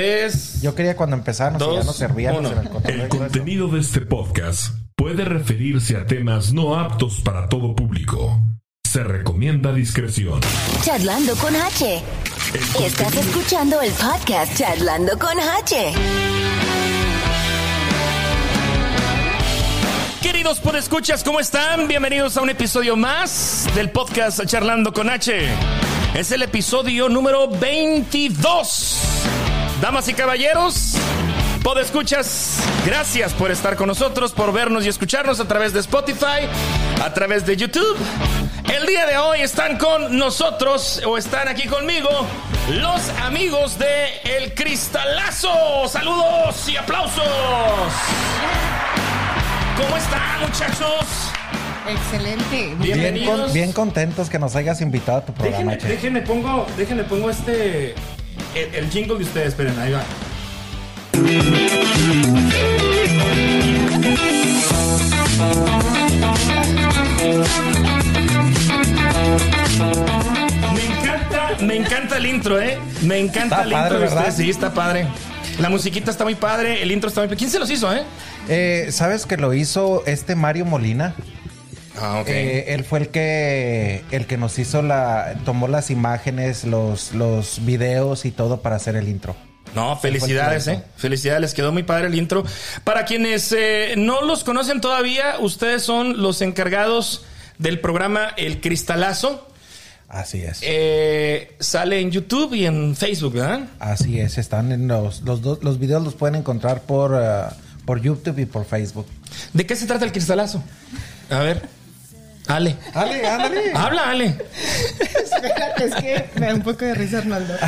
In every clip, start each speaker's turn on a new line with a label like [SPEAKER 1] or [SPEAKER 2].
[SPEAKER 1] Tres.
[SPEAKER 2] Yo quería cuando empezaron,
[SPEAKER 1] Dos,
[SPEAKER 2] ya nos servían.
[SPEAKER 1] uno.
[SPEAKER 2] en el cotorreo
[SPEAKER 3] El
[SPEAKER 2] y todo eso.
[SPEAKER 3] contenido de este podcast puede referirse a temas no aptos para todo público. Se recomienda discreción.
[SPEAKER 4] Charlando con H. Estás escuchando el podcast Charlando con H.
[SPEAKER 5] Queridos por escuchas, ¿cómo están? Bienvenidos a un episodio más del podcast Charlando con H. Es el episodio número 22. Damas y caballeros, por escuchas, gracias por estar con nosotros, por vernos y escucharnos a través de Spotify, a través de YouTube. El día de hoy están con nosotros o están aquí conmigo los amigos de El Cristalazo. Saludos y aplausos. ¿Cómo están, muchachos?
[SPEAKER 6] Excelente.
[SPEAKER 2] Bien,
[SPEAKER 5] Bienvenidos.
[SPEAKER 2] con- bien contentos que nos hayas invitado a tu programa,
[SPEAKER 1] Déjenme,
[SPEAKER 2] Che.
[SPEAKER 1] déjenme pongo, déjenme pongo este. El, el jingle de ustedes, esperen, ahí va.
[SPEAKER 5] Me encanta, me encanta el intro, ¿eh? Me encanta
[SPEAKER 2] Está
[SPEAKER 5] el
[SPEAKER 2] padre,
[SPEAKER 5] intro de
[SPEAKER 2] ¿verdad?
[SPEAKER 5] ustedes. Sí, está padre. La musiquita está muy padre, el intro está muy padre. ¿Quién se los hizo, eh?
[SPEAKER 2] Eh, ¿Sabes que lo hizo este Mario Molina?
[SPEAKER 5] Ah, ok.
[SPEAKER 2] Eh, él fue el que el que nos hizo la tomó las imágenes, los los videos y todo para hacer el intro.
[SPEAKER 5] No, felicidades, eh. Felicidades, les quedó muy padre el intro. Para quienes eh, no los conocen todavía, ustedes son los encargados del programa El Cristalazo.
[SPEAKER 2] Así es.
[SPEAKER 5] Eh, sale en YouTube y en Facebook, ¿verdad?
[SPEAKER 2] Así es, están en los los dos- los videos los pueden encontrar por eh, por YouTube y por Facebook.
[SPEAKER 5] ¿De qué se trata El Cristalazo? A ver. Ale.
[SPEAKER 2] Ale, ándale.
[SPEAKER 5] Habla, Ale.
[SPEAKER 6] Espérate, es que me da un poco de risa, Arnoldo.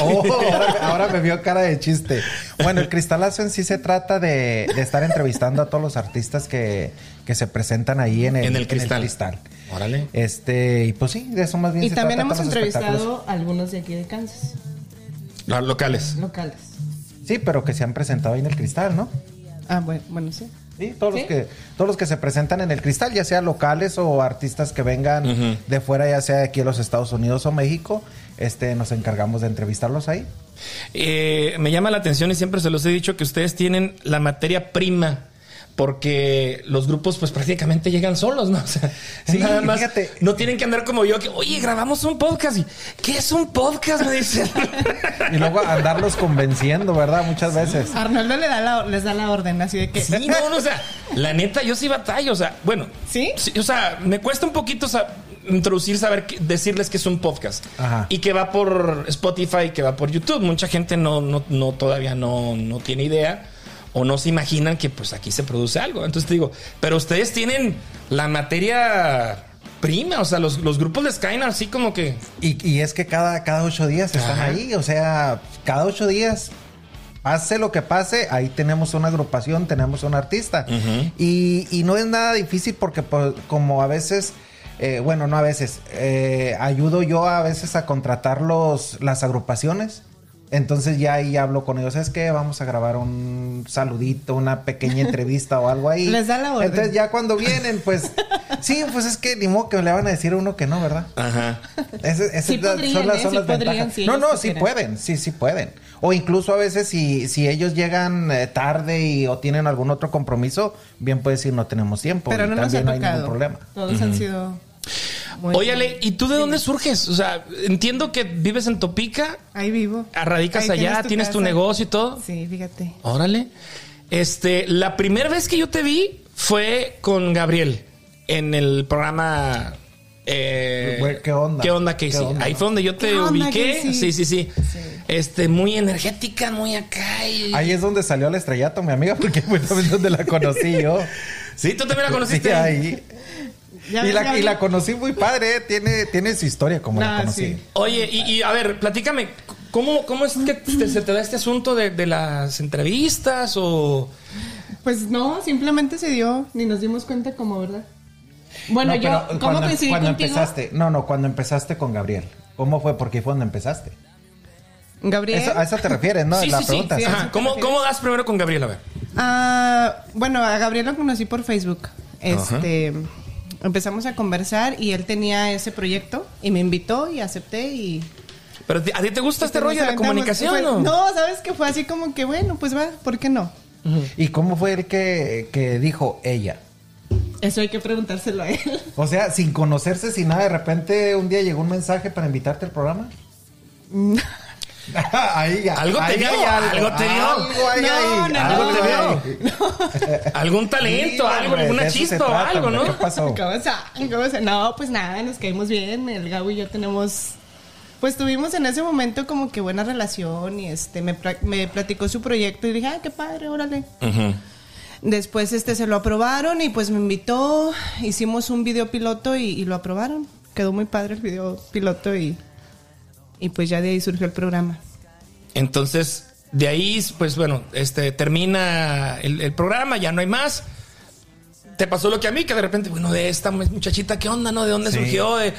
[SPEAKER 2] Oh, ahora, ahora me vio cara de chiste. Bueno, el cristalazo en sí se trata de, de estar entrevistando a todos los artistas que, que se presentan ahí en el,
[SPEAKER 5] En el cristal. Órale.
[SPEAKER 2] Este, y pues sí, de eso más bien
[SPEAKER 6] Y
[SPEAKER 2] se
[SPEAKER 6] también
[SPEAKER 2] trata,
[SPEAKER 6] hemos
[SPEAKER 2] todos los espectáculos.
[SPEAKER 6] entrevistado a algunos de aquí de Kansas,
[SPEAKER 5] Los locales.
[SPEAKER 6] locales.
[SPEAKER 2] Sí, pero que se han presentado ahí en el cristal, ¿no?
[SPEAKER 6] Ah, bueno, bueno, sí.
[SPEAKER 2] Sí, todos los
[SPEAKER 6] Sí.
[SPEAKER 2] que todos los que se presentan en el cristal, ya sea locales o artistas que vengan de fuera, ya sea de aquí a los Estados Unidos o México, este nos encargamos de entrevistarlos ahí.
[SPEAKER 5] Eh, me llama la atención y siempre se los he dicho que ustedes tienen la materia prima. Porque los grupos, pues prácticamente llegan solos, ¿no? O sea,
[SPEAKER 2] Sí,
[SPEAKER 5] nada más.
[SPEAKER 2] fíjate.
[SPEAKER 5] No tienen que andar como yo, que, oye, grabamos un podcast. Y, ¿Qué es un podcast? Me dicen.
[SPEAKER 2] Y luego andarlos convenciendo, ¿verdad? Muchas veces.
[SPEAKER 6] Arnoldo le da la, les da la orden, así de que.
[SPEAKER 5] Sí, no, no, o sea, la neta, yo sí batallo. O sea, bueno.
[SPEAKER 6] ¿Sí?
[SPEAKER 5] o sea, me cuesta un poquito o sea, introducir, saber, qué- decirles que es un podcast.
[SPEAKER 2] Ajá.
[SPEAKER 5] Y que va por Spotify, que va por YouTube. Mucha gente no, no, no todavía no, no tiene idea o no se imaginan que pues aquí se produce algo. Entonces te digo, pero ustedes tienen la materia prima. O sea, los, los grupos les caen así como que...
[SPEAKER 2] Y, y es que cada, cada ocho días están
[SPEAKER 5] Ajá.
[SPEAKER 2] ahí, o sea, cada ocho días, pase lo que pase, ahí tenemos una agrupación, tenemos un artista. y, y no es nada difícil porque pues, como a veces, eh, bueno, no a veces, eh, ayudo yo a veces a contratar los, las agrupaciones. Entonces ya ahí hablo con ellos, es que vamos a grabar un saludito, una pequeña entrevista o algo ahí.
[SPEAKER 6] Les da la orden.
[SPEAKER 2] Entonces ya cuando vienen, pues sí, pues es que ni modo que le van a decir a uno que no, ¿verdad?
[SPEAKER 5] Ajá.
[SPEAKER 2] Ese- esas
[SPEAKER 6] Sí
[SPEAKER 2] da-
[SPEAKER 6] podrían,
[SPEAKER 2] son las,
[SPEAKER 6] ¿eh?
[SPEAKER 2] son
[SPEAKER 6] Sí
[SPEAKER 2] las
[SPEAKER 6] podrían,
[SPEAKER 2] ventajas.
[SPEAKER 6] si
[SPEAKER 2] no,
[SPEAKER 6] ellos
[SPEAKER 2] no, sí
[SPEAKER 6] quisieran.
[SPEAKER 2] pueden, sí, sí pueden. O incluso a veces si, si ellos llegan eh, tarde y, o tienen algún otro compromiso, bien puede decir no tenemos tiempo.
[SPEAKER 6] Pero
[SPEAKER 2] y
[SPEAKER 6] no nos ha
[SPEAKER 2] también no
[SPEAKER 6] tocado.
[SPEAKER 2] hay ningún problema.
[SPEAKER 6] Todos han sido. muy-
[SPEAKER 5] Óyale, ¿y tú de dónde surges? O sea, entiendo que vives en Topica,
[SPEAKER 6] Ahí vivo.
[SPEAKER 5] radicas
[SPEAKER 6] Ahí
[SPEAKER 5] allá, tienes tu,
[SPEAKER 6] casa.
[SPEAKER 5] negocio y todo.
[SPEAKER 6] Sí, fíjate.
[SPEAKER 5] Órale. Este, la primera vez que yo te vi fue con Gabriel en el programa. eh,
[SPEAKER 2] Güey, ¿qué onda?
[SPEAKER 5] ¿Qué onda,
[SPEAKER 2] ¿Qué
[SPEAKER 5] Casey?
[SPEAKER 2] onda,
[SPEAKER 5] Ahí
[SPEAKER 2] no?
[SPEAKER 5] fue donde yo te
[SPEAKER 6] ¿Qué onda,
[SPEAKER 5] ubiqué.
[SPEAKER 6] Casey?
[SPEAKER 5] Sí, sí, sí,
[SPEAKER 6] Sí.
[SPEAKER 5] Este, muy energética, muy acá. y-
[SPEAKER 2] Ahí es donde salió el estrellato, mi amiga, porque fue también donde la conocí yo.
[SPEAKER 5] Sí, tú también la conociste.
[SPEAKER 2] Sí, ahí.
[SPEAKER 6] Ya
[SPEAKER 2] Y
[SPEAKER 6] ves,
[SPEAKER 2] la,
[SPEAKER 6] Gabriel.
[SPEAKER 2] y la conocí muy padre, eh, tiene, tiene su historia como la
[SPEAKER 6] Ah,
[SPEAKER 2] conocí.
[SPEAKER 6] sí.
[SPEAKER 5] Oye, y, y, a ver, platícame, ¿cómo, cómo es que te- se te da este asunto de, de las entrevistas o...?
[SPEAKER 6] Pues no, simplemente se dio, ni nos dimos cuenta como, ¿verdad? Bueno,
[SPEAKER 2] No,
[SPEAKER 6] yo,
[SPEAKER 2] pero
[SPEAKER 6] ¿cómo
[SPEAKER 2] cuando,
[SPEAKER 6] coincidí
[SPEAKER 2] cuando
[SPEAKER 6] contigo?
[SPEAKER 2] empezaste? No, no, cuando empezaste con Gabriel. ¿Cómo fue? Porque fue donde empezaste.
[SPEAKER 6] Gabriel.
[SPEAKER 2] Eso- a eso te refieres, ¿no?
[SPEAKER 5] sí,
[SPEAKER 2] la
[SPEAKER 5] sí,
[SPEAKER 2] pregunta.
[SPEAKER 5] sí.
[SPEAKER 2] sí.
[SPEAKER 5] Ajá. ¿Cómo, ¿Cómo das primero con Gabriel? A ver.
[SPEAKER 6] Ah, bueno, a Gabriel lo conocí por Facebook. Este, empezamos a conversar y él tenía ese proyecto y me invitó y acepté y
[SPEAKER 5] Pero ti- ¿a ti te gusta este
[SPEAKER 6] Nos
[SPEAKER 5] rollo de la
[SPEAKER 6] aventamos.
[SPEAKER 5] comunicación
[SPEAKER 6] Fue-
[SPEAKER 5] o
[SPEAKER 6] pues, No, sabes que fue así como que, bueno, pues va, ¿por qué no?
[SPEAKER 2] ¿Y cómo fue el que, que dijo ella?
[SPEAKER 6] Eso hay que preguntárselo a él.
[SPEAKER 2] O sea, sin conocerse, sin nada, de repente un día llegó un mensaje para invitarte al programa. ahí, ya-
[SPEAKER 5] Algo te
[SPEAKER 2] ahí
[SPEAKER 5] dio,
[SPEAKER 2] hay
[SPEAKER 5] algo te dio.
[SPEAKER 2] Algo hay
[SPEAKER 6] No,
[SPEAKER 2] ahí,
[SPEAKER 6] no,
[SPEAKER 2] algo
[SPEAKER 5] no.
[SPEAKER 2] hay.
[SPEAKER 5] ¿Algún
[SPEAKER 2] Sí,
[SPEAKER 5] talento,
[SPEAKER 2] hombre,
[SPEAKER 5] algo, alguna
[SPEAKER 2] de eso se
[SPEAKER 5] chispa o
[SPEAKER 2] trata,
[SPEAKER 5] algo, no?
[SPEAKER 2] hombre, ¿Qué pasó?
[SPEAKER 6] ¿Cómo está? ¿Cómo está? No, pues nada, nos caímos bien. El Gabo y yo tenemos. Pues tuvimos en ese momento como que buena relación y este me, pla- me platicó su proyecto y dije, ah, qué padre, órale.
[SPEAKER 5] Ujú.
[SPEAKER 6] Después este se lo aprobaron y pues me invitó, hicimos un video piloto y, y lo aprobaron. Quedó muy padre el video piloto y, y pues ya de ahí surgió el programa.
[SPEAKER 5] Entonces, de ahí, pues bueno, este termina el, el programa, ya no hay más. Te pasó lo que a mí, que de repente, bueno, de esta muchachita, ¿qué onda, no? ¿De dónde
[SPEAKER 2] Sí.
[SPEAKER 5] surgió? ¿De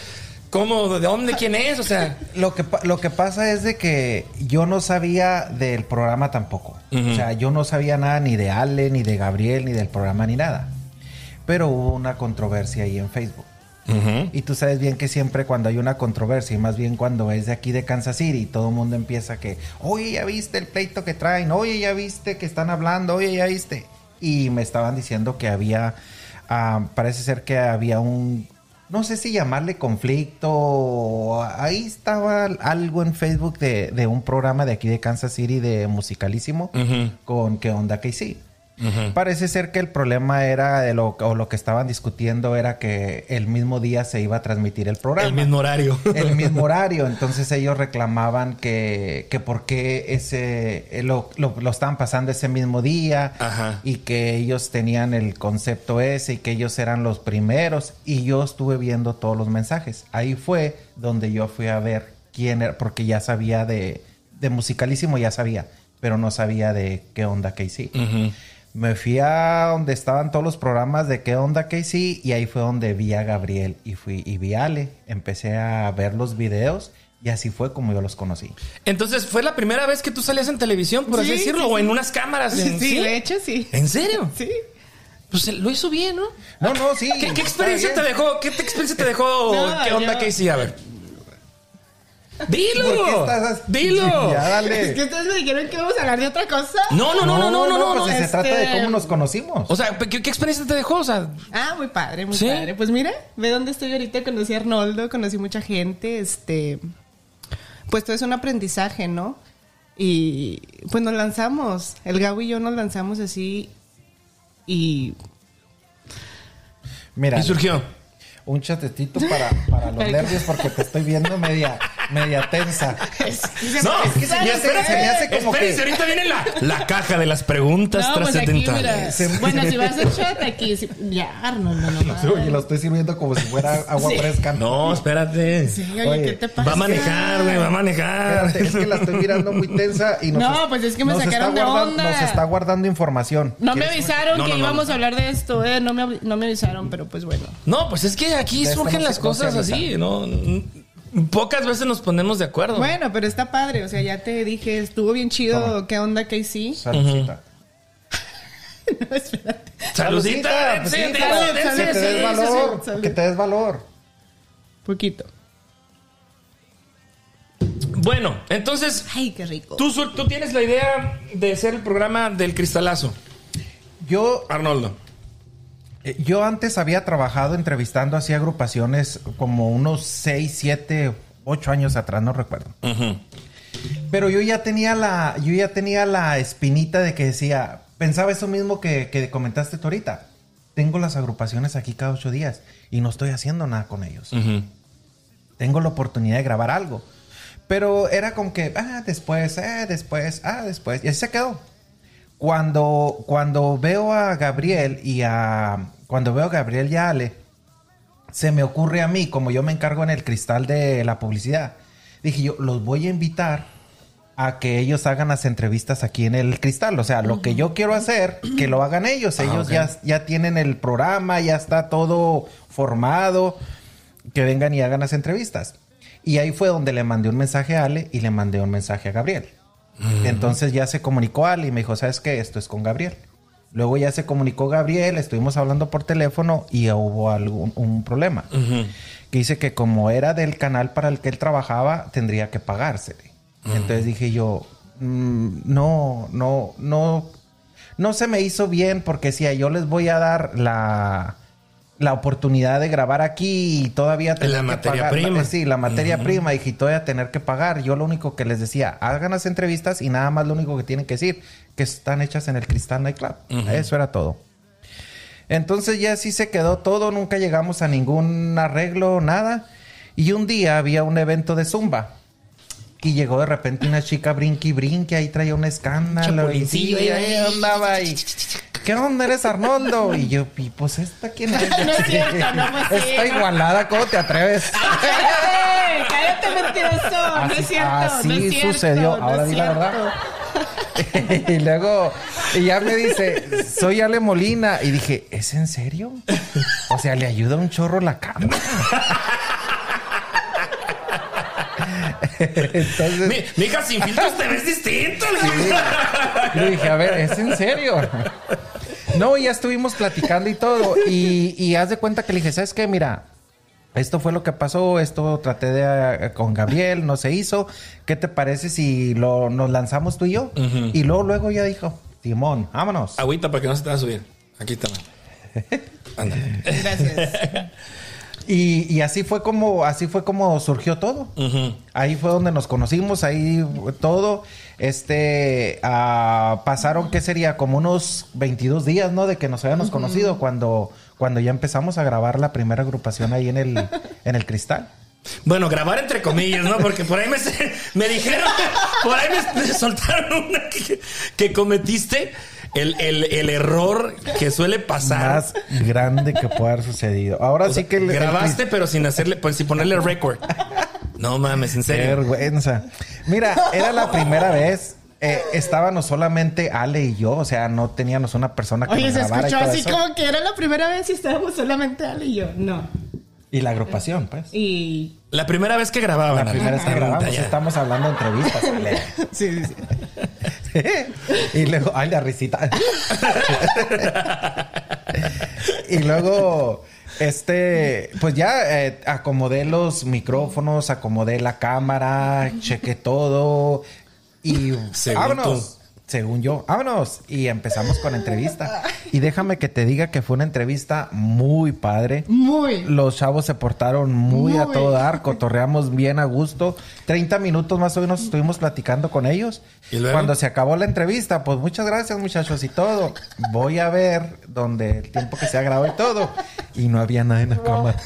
[SPEAKER 5] ¿Cómo? ¿De dónde? ¿Quién es? O sea,
[SPEAKER 2] Lo que, pa- lo que pasa es de que yo no sabía del programa tampoco. O sea, yo no sabía nada ni de Ale, ni de Gabriel, ni del programa, ni nada. Pero hubo una controversia ahí en Facebook. Y tú sabes bien que siempre cuando hay una controversia, y más bien cuando es de aquí de Kansas City, todo el mundo empieza que, oye, ya viste el pleito que traen, oye, ya viste que están hablando, oye, ya viste. Y me estaban diciendo que había, ah, parece ser que había un, no sé si llamarle conflicto, o ahí estaba algo en Facebook de, de un programa de aquí de Kansas City de musicalísimo con qué onda que sí. Parece ser que el problema era de lo o lo que estaban discutiendo era que el mismo día se iba a transmitir el programa.
[SPEAKER 5] el mismo horario.
[SPEAKER 2] El mismo horario. Entonces ellos reclamaban que, que por qué ese eh, lo, lo- lo estaban pasando ese mismo día
[SPEAKER 5] Ajá.
[SPEAKER 2] y que ellos tenían el concepto ese y que ellos eran los primeros. Y yo estuve viendo todos los mensajes. Ahí fue donde yo fui a ver quién era, porque ya sabía de, de musicalísimo, ya sabía, pero no sabía de qué onda Casey. Me fui a donde estaban todos los programas de qué onda Casey y ahí fue donde vi a Gabriel y fui y vi a Ale. Empecé a ver los videos y así fue como yo los conocí.
[SPEAKER 5] Entonces, fue la primera vez que tú salías en televisión, por así
[SPEAKER 6] Sí,
[SPEAKER 5] decirlo,
[SPEAKER 6] sí,
[SPEAKER 5] o en
[SPEAKER 6] sí.
[SPEAKER 5] unas cámaras.
[SPEAKER 6] Sí,
[SPEAKER 5] En, ¿sí?
[SPEAKER 6] de hecho sí.
[SPEAKER 5] ¿En serio?
[SPEAKER 6] Sí.
[SPEAKER 5] Pues lo hizo bien, ¿no?
[SPEAKER 2] No, no, sí.
[SPEAKER 5] ¿Qué, qué
[SPEAKER 2] está
[SPEAKER 5] experiencia te
[SPEAKER 2] bien.
[SPEAKER 5] dejó? ¿Qué te- experiencia te dejó?
[SPEAKER 6] No,
[SPEAKER 5] ¿Qué onda,
[SPEAKER 6] yo-
[SPEAKER 5] Casey? A ver.
[SPEAKER 2] ¿Por qué
[SPEAKER 5] ¡Dilo!
[SPEAKER 2] estás así?
[SPEAKER 5] ¡Dilo!
[SPEAKER 2] Ya, dale.
[SPEAKER 6] Es que ustedes me dijeron que íbamos a hablar de otra cosa.
[SPEAKER 5] No, no, no, no, no, no, no.
[SPEAKER 2] pues,
[SPEAKER 5] no.
[SPEAKER 2] si se
[SPEAKER 6] este-
[SPEAKER 2] trata de cómo nos conocimos.
[SPEAKER 5] O sea, ¿qué, qué experiencia te dejó? O sea,
[SPEAKER 6] Ah, muy padre, muy
[SPEAKER 5] ¿Sí?
[SPEAKER 6] padre. Pues mira, ve dónde estoy ahorita, conocí a Arnoldo, conocí mucha gente, este pues todo es un aprendizaje, ¿no? Y pues nos lanzamos, el Gabo y yo nos lanzamos así y
[SPEAKER 2] Mira,
[SPEAKER 5] y surgió.
[SPEAKER 2] un chatetito para, para los
[SPEAKER 6] Para que-
[SPEAKER 2] nervios porque te estoy viendo media, media tensa.
[SPEAKER 6] pues,
[SPEAKER 5] No,
[SPEAKER 2] es que se me
[SPEAKER 5] y
[SPEAKER 2] hace- se me hace como
[SPEAKER 5] espérense,
[SPEAKER 2] que-
[SPEAKER 5] ahorita viene la, la caja de las preguntas
[SPEAKER 6] No, pues aquí, mira.
[SPEAKER 5] trascendentales.
[SPEAKER 6] Bueno, si vas a hacer shot aquí, si- ya, Arnoldo, no, no.
[SPEAKER 2] Oye, lo estoy sirviendo como si fuera agua fresca.
[SPEAKER 5] No, espérate.
[SPEAKER 6] Sí, oye,
[SPEAKER 2] Oye,
[SPEAKER 6] ¿qué te pasa?
[SPEAKER 5] Va a manejar, güey, va a manejar.
[SPEAKER 2] Espérate, es que la estoy mirando muy tensa y nos
[SPEAKER 6] No,
[SPEAKER 2] es-
[SPEAKER 6] pues es que me
[SPEAKER 2] nos
[SPEAKER 6] sacaron
[SPEAKER 2] está
[SPEAKER 6] de
[SPEAKER 2] guardando-
[SPEAKER 6] onda.
[SPEAKER 2] Nos está guardando información.
[SPEAKER 6] No me avisaron
[SPEAKER 5] No,
[SPEAKER 6] que
[SPEAKER 5] no, no.
[SPEAKER 6] íbamos a hablar de esto, eh, no me, av- no me avisaron, pero pues bueno.
[SPEAKER 5] No, pues es que aquí
[SPEAKER 2] De esto
[SPEAKER 5] surgen
[SPEAKER 2] no se-
[SPEAKER 5] las
[SPEAKER 2] no
[SPEAKER 5] cosas
[SPEAKER 2] se habla
[SPEAKER 5] así, ¿no? Pocas veces nos ponemos de acuerdo.
[SPEAKER 6] Bueno, pero está padre, o sea, ya te dije, estuvo bien chido,
[SPEAKER 2] Toma.
[SPEAKER 6] ¿qué onda, Casey?
[SPEAKER 2] Saludcita.
[SPEAKER 6] No, espérate.
[SPEAKER 5] Saludcita,
[SPEAKER 2] pues
[SPEAKER 5] sí,
[SPEAKER 2] sí,
[SPEAKER 5] dense,
[SPEAKER 2] salud,
[SPEAKER 5] dense,
[SPEAKER 2] Que te
[SPEAKER 5] sí,
[SPEAKER 2] des
[SPEAKER 5] sí,
[SPEAKER 2] valor.
[SPEAKER 6] sí, salud.
[SPEAKER 2] Que te des valor.
[SPEAKER 6] Poquito.
[SPEAKER 5] sí. Bueno, entonces,
[SPEAKER 6] Ay, qué rico. ¡Eh,
[SPEAKER 5] tú, sur- tú tienes la idea de ser el programa del cristalazo,
[SPEAKER 2] Yo
[SPEAKER 5] Arnoldo.
[SPEAKER 2] Eh, Yo antes había trabajado entrevistando así agrupaciones como unos 6, 7, 8 años atrás, no recuerdo. Pero yo ya tenía la, yo ya tenía la espinita de que decía, pensaba eso mismo que, que comentaste tú ahorita. Tengo las agrupaciones aquí cada ocho días y no estoy haciendo nada con ellos. Tengo la oportunidad de grabar algo. Pero era como que, ah, después, ah, después, ah, después. Y así se quedó cuando, cuando veo a Gabriel y a. Cuando veo a Gabriel y a Ale, se me ocurre a mí, como yo me encargo en el cristal de la publicidad, dije yo, los voy a invitar a que ellos hagan las entrevistas aquí en el cristal. O sea, lo que yo quiero hacer, que lo hagan ellos. ellos ya, ya tienen el programa, ya está todo formado, que vengan y hagan las entrevistas. Y ahí fue donde le mandé un mensaje a Ale y le mandé un mensaje a Gabriel. Entonces ya se comunicó Ale y me dijo, ¿sabes qué? Esto es con Gabriel. Luego ya se comunicó Gabriel, estuvimos hablando por teléfono y hubo algún un problema. que dice que como era del canal para el que él trabajaba, tendría que pagársele. Entonces dije yo, mm, no, no, no, no se me hizo bien porque si a yo les voy a dar la, la oportunidad de grabar aquí y todavía tener que
[SPEAKER 5] materia
[SPEAKER 2] pagar-
[SPEAKER 5] prima.
[SPEAKER 2] Sí, la materia prima y que todavía tener que pagar. Yo lo único que les decía, hagan las entrevistas y nada más lo único que tienen que decir, que están hechas en el Cristal Nightclub. Eso era todo. Entonces ya así se quedó todo, nunca llegamos a ningún arreglo, nada. Y un día había un evento de zumba. Y llegó de repente una chica brinqui brinqui, ahí traía un escándalo. Y sí,
[SPEAKER 5] Chapulincillo,
[SPEAKER 2] y
[SPEAKER 5] ahí,
[SPEAKER 2] ahí
[SPEAKER 6] eh.
[SPEAKER 2] andaba y. ¿Qué onda eres Arnoldo? Y yo, y pues esta quién es.
[SPEAKER 6] No es cierto, no fue así.
[SPEAKER 2] Esta igualada, ¿cómo te atreves?
[SPEAKER 6] ¡Cállate! ¡Cállate, mentiroso! no
[SPEAKER 2] Así-
[SPEAKER 6] es cierto,
[SPEAKER 2] así
[SPEAKER 6] no es cierto,
[SPEAKER 2] sucedió.
[SPEAKER 6] no
[SPEAKER 2] Ahora
[SPEAKER 6] es
[SPEAKER 2] di la verdad.
[SPEAKER 6] cierto.
[SPEAKER 2] y luego, y ya me dice, soy Ale Molina. Y dije, ¿es en serio? O sea, le ayuda un chorro la cámara. Entonces.
[SPEAKER 5] Mi, mija, sin filtros te ves distinto.
[SPEAKER 2] Le dije, a ver, ¿es en serio? No, ya estuvimos platicando y todo. Y, y haz de cuenta que le dije, ¿sabes qué? Mira, esto fue lo que pasó, esto traté de, eh, con Gabriel, no se hizo. ¿Qué te parece si lo, nos lanzamos tú y yo? Y luego, luego ya dijo, Timón, vámonos.
[SPEAKER 1] Agüita para que no se te va a subir. Aquí está. Ándale.
[SPEAKER 6] Gracias.
[SPEAKER 2] Y, y así fue como así fue como surgió todo. Ahí fue donde nos conocimos, ahí fue todo. Este ah, pasaron qué sería como unos 22 días, ¿no? De que nos habíamos conocido cuando cuando ya empezamos a grabar la primera agrupación ahí en el en el cristal.
[SPEAKER 5] Bueno, grabar entre comillas, ¿no? Porque por ahí me, me dijeron, por ahí me, me soltaron una que, que cometiste el, el- el error que suele pasar.
[SPEAKER 2] Más grande que puede haber sucedido. Ahora sí que el- el
[SPEAKER 5] Grabaste, pero sin hacerle, pues sin ponerle record. No mames, en
[SPEAKER 2] Qué
[SPEAKER 5] serio.
[SPEAKER 2] vergüenza. Mira, era la primera vez. eh, estábamos solamente Ale y yo, o sea, no teníamos una persona que
[SPEAKER 6] Oye,
[SPEAKER 2] nos
[SPEAKER 6] se
[SPEAKER 2] grabara y
[SPEAKER 6] escuchó
[SPEAKER 2] todo
[SPEAKER 6] así
[SPEAKER 2] eso.
[SPEAKER 6] como que era la primera vez y estábamos solamente Ale y yo. No.
[SPEAKER 2] Y la agrupación, pues.
[SPEAKER 6] Y.
[SPEAKER 5] La primera vez que grababan.
[SPEAKER 2] La primera vez que
[SPEAKER 5] Pregunta,
[SPEAKER 2] grabamos,
[SPEAKER 5] ya.
[SPEAKER 2] estamos hablando de entrevistas, Ale.
[SPEAKER 6] Sí, sí, sí.
[SPEAKER 2] y luego, ay, la risita. y luego, este, pues ya eh, acomodé los micrófonos, acomodé la cámara, chequé todo y
[SPEAKER 5] Según
[SPEAKER 2] vámonos. Según yo, vámonos. Y empezamos con la entrevista. Y déjame que te diga que fue una entrevista muy padre.
[SPEAKER 6] Muy.
[SPEAKER 2] Los chavos se portaron muy, a
[SPEAKER 6] Muy.
[SPEAKER 2] todo dar, cotorreamos bien a gusto. 30 minutos más o menos estuvimos platicando con ellos.
[SPEAKER 5] ¿Y luego?
[SPEAKER 2] Cuando se acabó la entrevista, pues muchas gracias muchachos y todo. Voy a ver donde el tiempo que se ha grabado y todo. Y no había nadie en la cámara.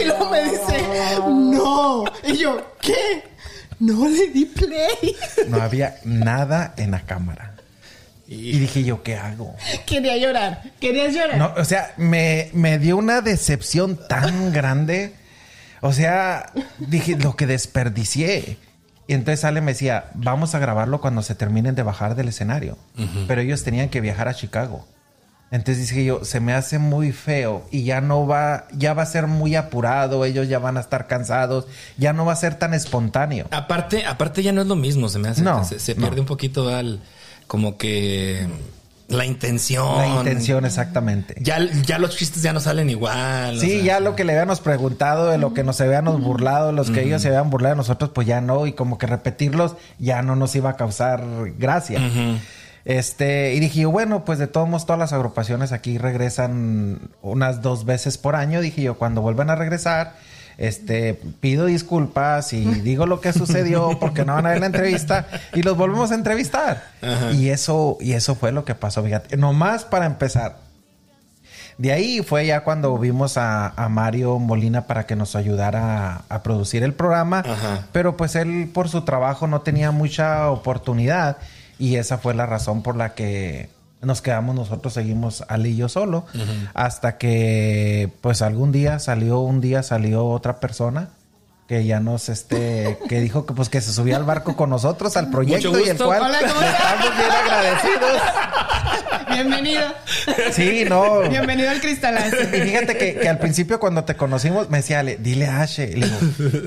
[SPEAKER 6] Y luego me dice, no. Y yo, ¿qué? No le di play.
[SPEAKER 2] No había nada en la cámara. Y dije yo, ¿qué hago?
[SPEAKER 6] Quería llorar. Querías llorar.
[SPEAKER 2] No, o sea, me, me dio una decepción tan grande. O sea, dije, lo que desperdicié. Y entonces Ale me decía, vamos a grabarlo cuando se terminen de bajar del escenario. Pero ellos tenían que viajar a Chicago. Entonces dije yo, se me hace muy feo y ya no va, ya va a ser muy apurado, ellos ya van a estar cansados, ya no va a ser tan espontáneo.
[SPEAKER 5] Aparte, aparte ya no es lo mismo, se me hace.
[SPEAKER 2] No,
[SPEAKER 5] se, se
[SPEAKER 2] no.
[SPEAKER 5] pierde un poquito al como que la intención.
[SPEAKER 2] La intención exactamente.
[SPEAKER 5] Ya, ya los chistes ya no salen igual. o
[SPEAKER 2] Sí,
[SPEAKER 5] sea.
[SPEAKER 2] ya lo que le habíamos preguntado, de lo que nos habíamos burlado, los que ellos se habían burlado de nosotros, pues ya no, y como que repetirlos ya no nos iba a causar gracia. Este, y dije yo, bueno, pues de todos modos, todas las agrupaciones aquí regresan unas dos veces por año. Dije yo, cuando vuelvan a regresar, este, pido disculpas y digo lo que sucedió porque no van a ver la entrevista y los volvemos a entrevistar. Y eso, y eso fue lo que pasó, fíjate. Nomás para empezar, de ahí fue ya cuando vimos a, a Mario Molina para que nos ayudara a, a producir el programa,
[SPEAKER 5] Ajá.
[SPEAKER 2] pero pues él por su trabajo no tenía mucha oportunidad y esa fue la razón por la que nos quedamos nosotros, seguimos Ale y yo solo, hasta que pues algún día salió, un día salió otra persona que ya nos este que dijo que pues que se subía al barco con nosotros al proyecto y el
[SPEAKER 5] gusto.
[SPEAKER 2] cual
[SPEAKER 6] Hola, ¿cómo estás?
[SPEAKER 2] estamos bien agradecidos.
[SPEAKER 6] Bienvenido.
[SPEAKER 2] Sí, no.
[SPEAKER 6] Bienvenido al cristalazo.
[SPEAKER 2] Y fíjate que, que al principio cuando te conocimos me decía, Ale, dile a Ashe. Y le digo,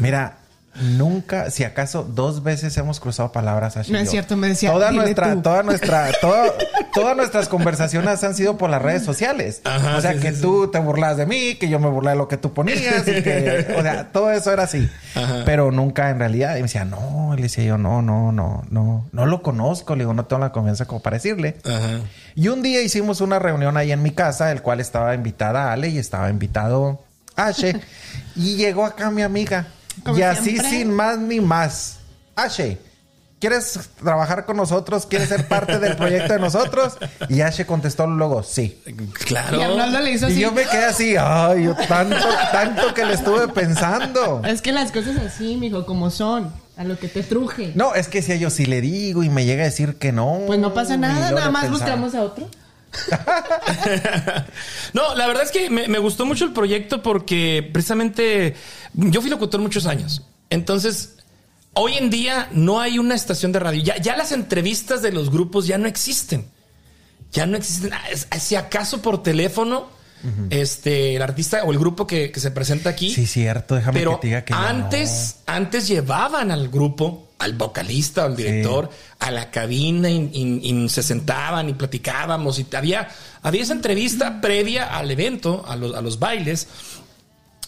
[SPEAKER 2] mira, Nunca, si acaso, dos veces hemos cruzado palabras así.
[SPEAKER 6] No es cierto, me decía,
[SPEAKER 2] Toda
[SPEAKER 6] "Dile
[SPEAKER 2] nuestra,
[SPEAKER 6] tú".
[SPEAKER 2] toda nuestra, toda- todas nuestras conversaciones han sido por las redes sociales.
[SPEAKER 5] Ajá,
[SPEAKER 2] o sea,
[SPEAKER 5] sí,
[SPEAKER 2] que
[SPEAKER 5] sí,
[SPEAKER 2] tú te burlas de mí, que yo me burlaba de lo que tú ponías, y que, o sea, todo eso era así. Pero nunca en realidad. Y me decía, no, le decía yo, no, no, no, no, no lo conozco. Le digo, no tengo la confianza como para decirle.
[SPEAKER 5] Ajá.
[SPEAKER 2] Y un día hicimos una reunión ahí en mi casa, el cual estaba invitada Ale y estaba invitado Ashe. y llegó acá mi amiga.
[SPEAKER 6] Como
[SPEAKER 2] y así
[SPEAKER 6] siempre.
[SPEAKER 2] sin más ni más. Ashe, ¿quieres trabajar con nosotros? ¿Quieres ser parte del proyecto de nosotros? Y Ashe contestó luego, sí.
[SPEAKER 5] Claro.
[SPEAKER 6] Y Arnoldo le hizo
[SPEAKER 2] Y
[SPEAKER 6] así.
[SPEAKER 2] yo me quedé así, ay, yo tanto, tanto que le estuve pensando.
[SPEAKER 6] Es que las cosas así, mijo, como son, a lo que te truje.
[SPEAKER 2] No, es que si a ellos sí le digo y me llega a decir que no.
[SPEAKER 6] Pues no pasa
[SPEAKER 2] y
[SPEAKER 6] nada,
[SPEAKER 2] luego
[SPEAKER 6] nada
[SPEAKER 2] le
[SPEAKER 6] más
[SPEAKER 2] pensaba.
[SPEAKER 6] buscamos a otro.
[SPEAKER 5] No, la verdad es que me, me gustó mucho el proyecto porque precisamente yo fui locutor muchos años. Entonces, hoy en día no hay una estación de radio. Ya, ya las entrevistas de los grupos ya no existen. Ya no existen. Ah, es- Si acaso por teléfono, este, el artista o el grupo que, que se presenta aquí.
[SPEAKER 2] Sí, cierto, déjame
[SPEAKER 5] Pero
[SPEAKER 2] que te diga que yo no.
[SPEAKER 5] antes, antes llevaban al grupo, al vocalista, al director, a la cabina y, y- y se sentaban y platicábamos. Y había, había esa entrevista previa al evento, a los, a los bailes.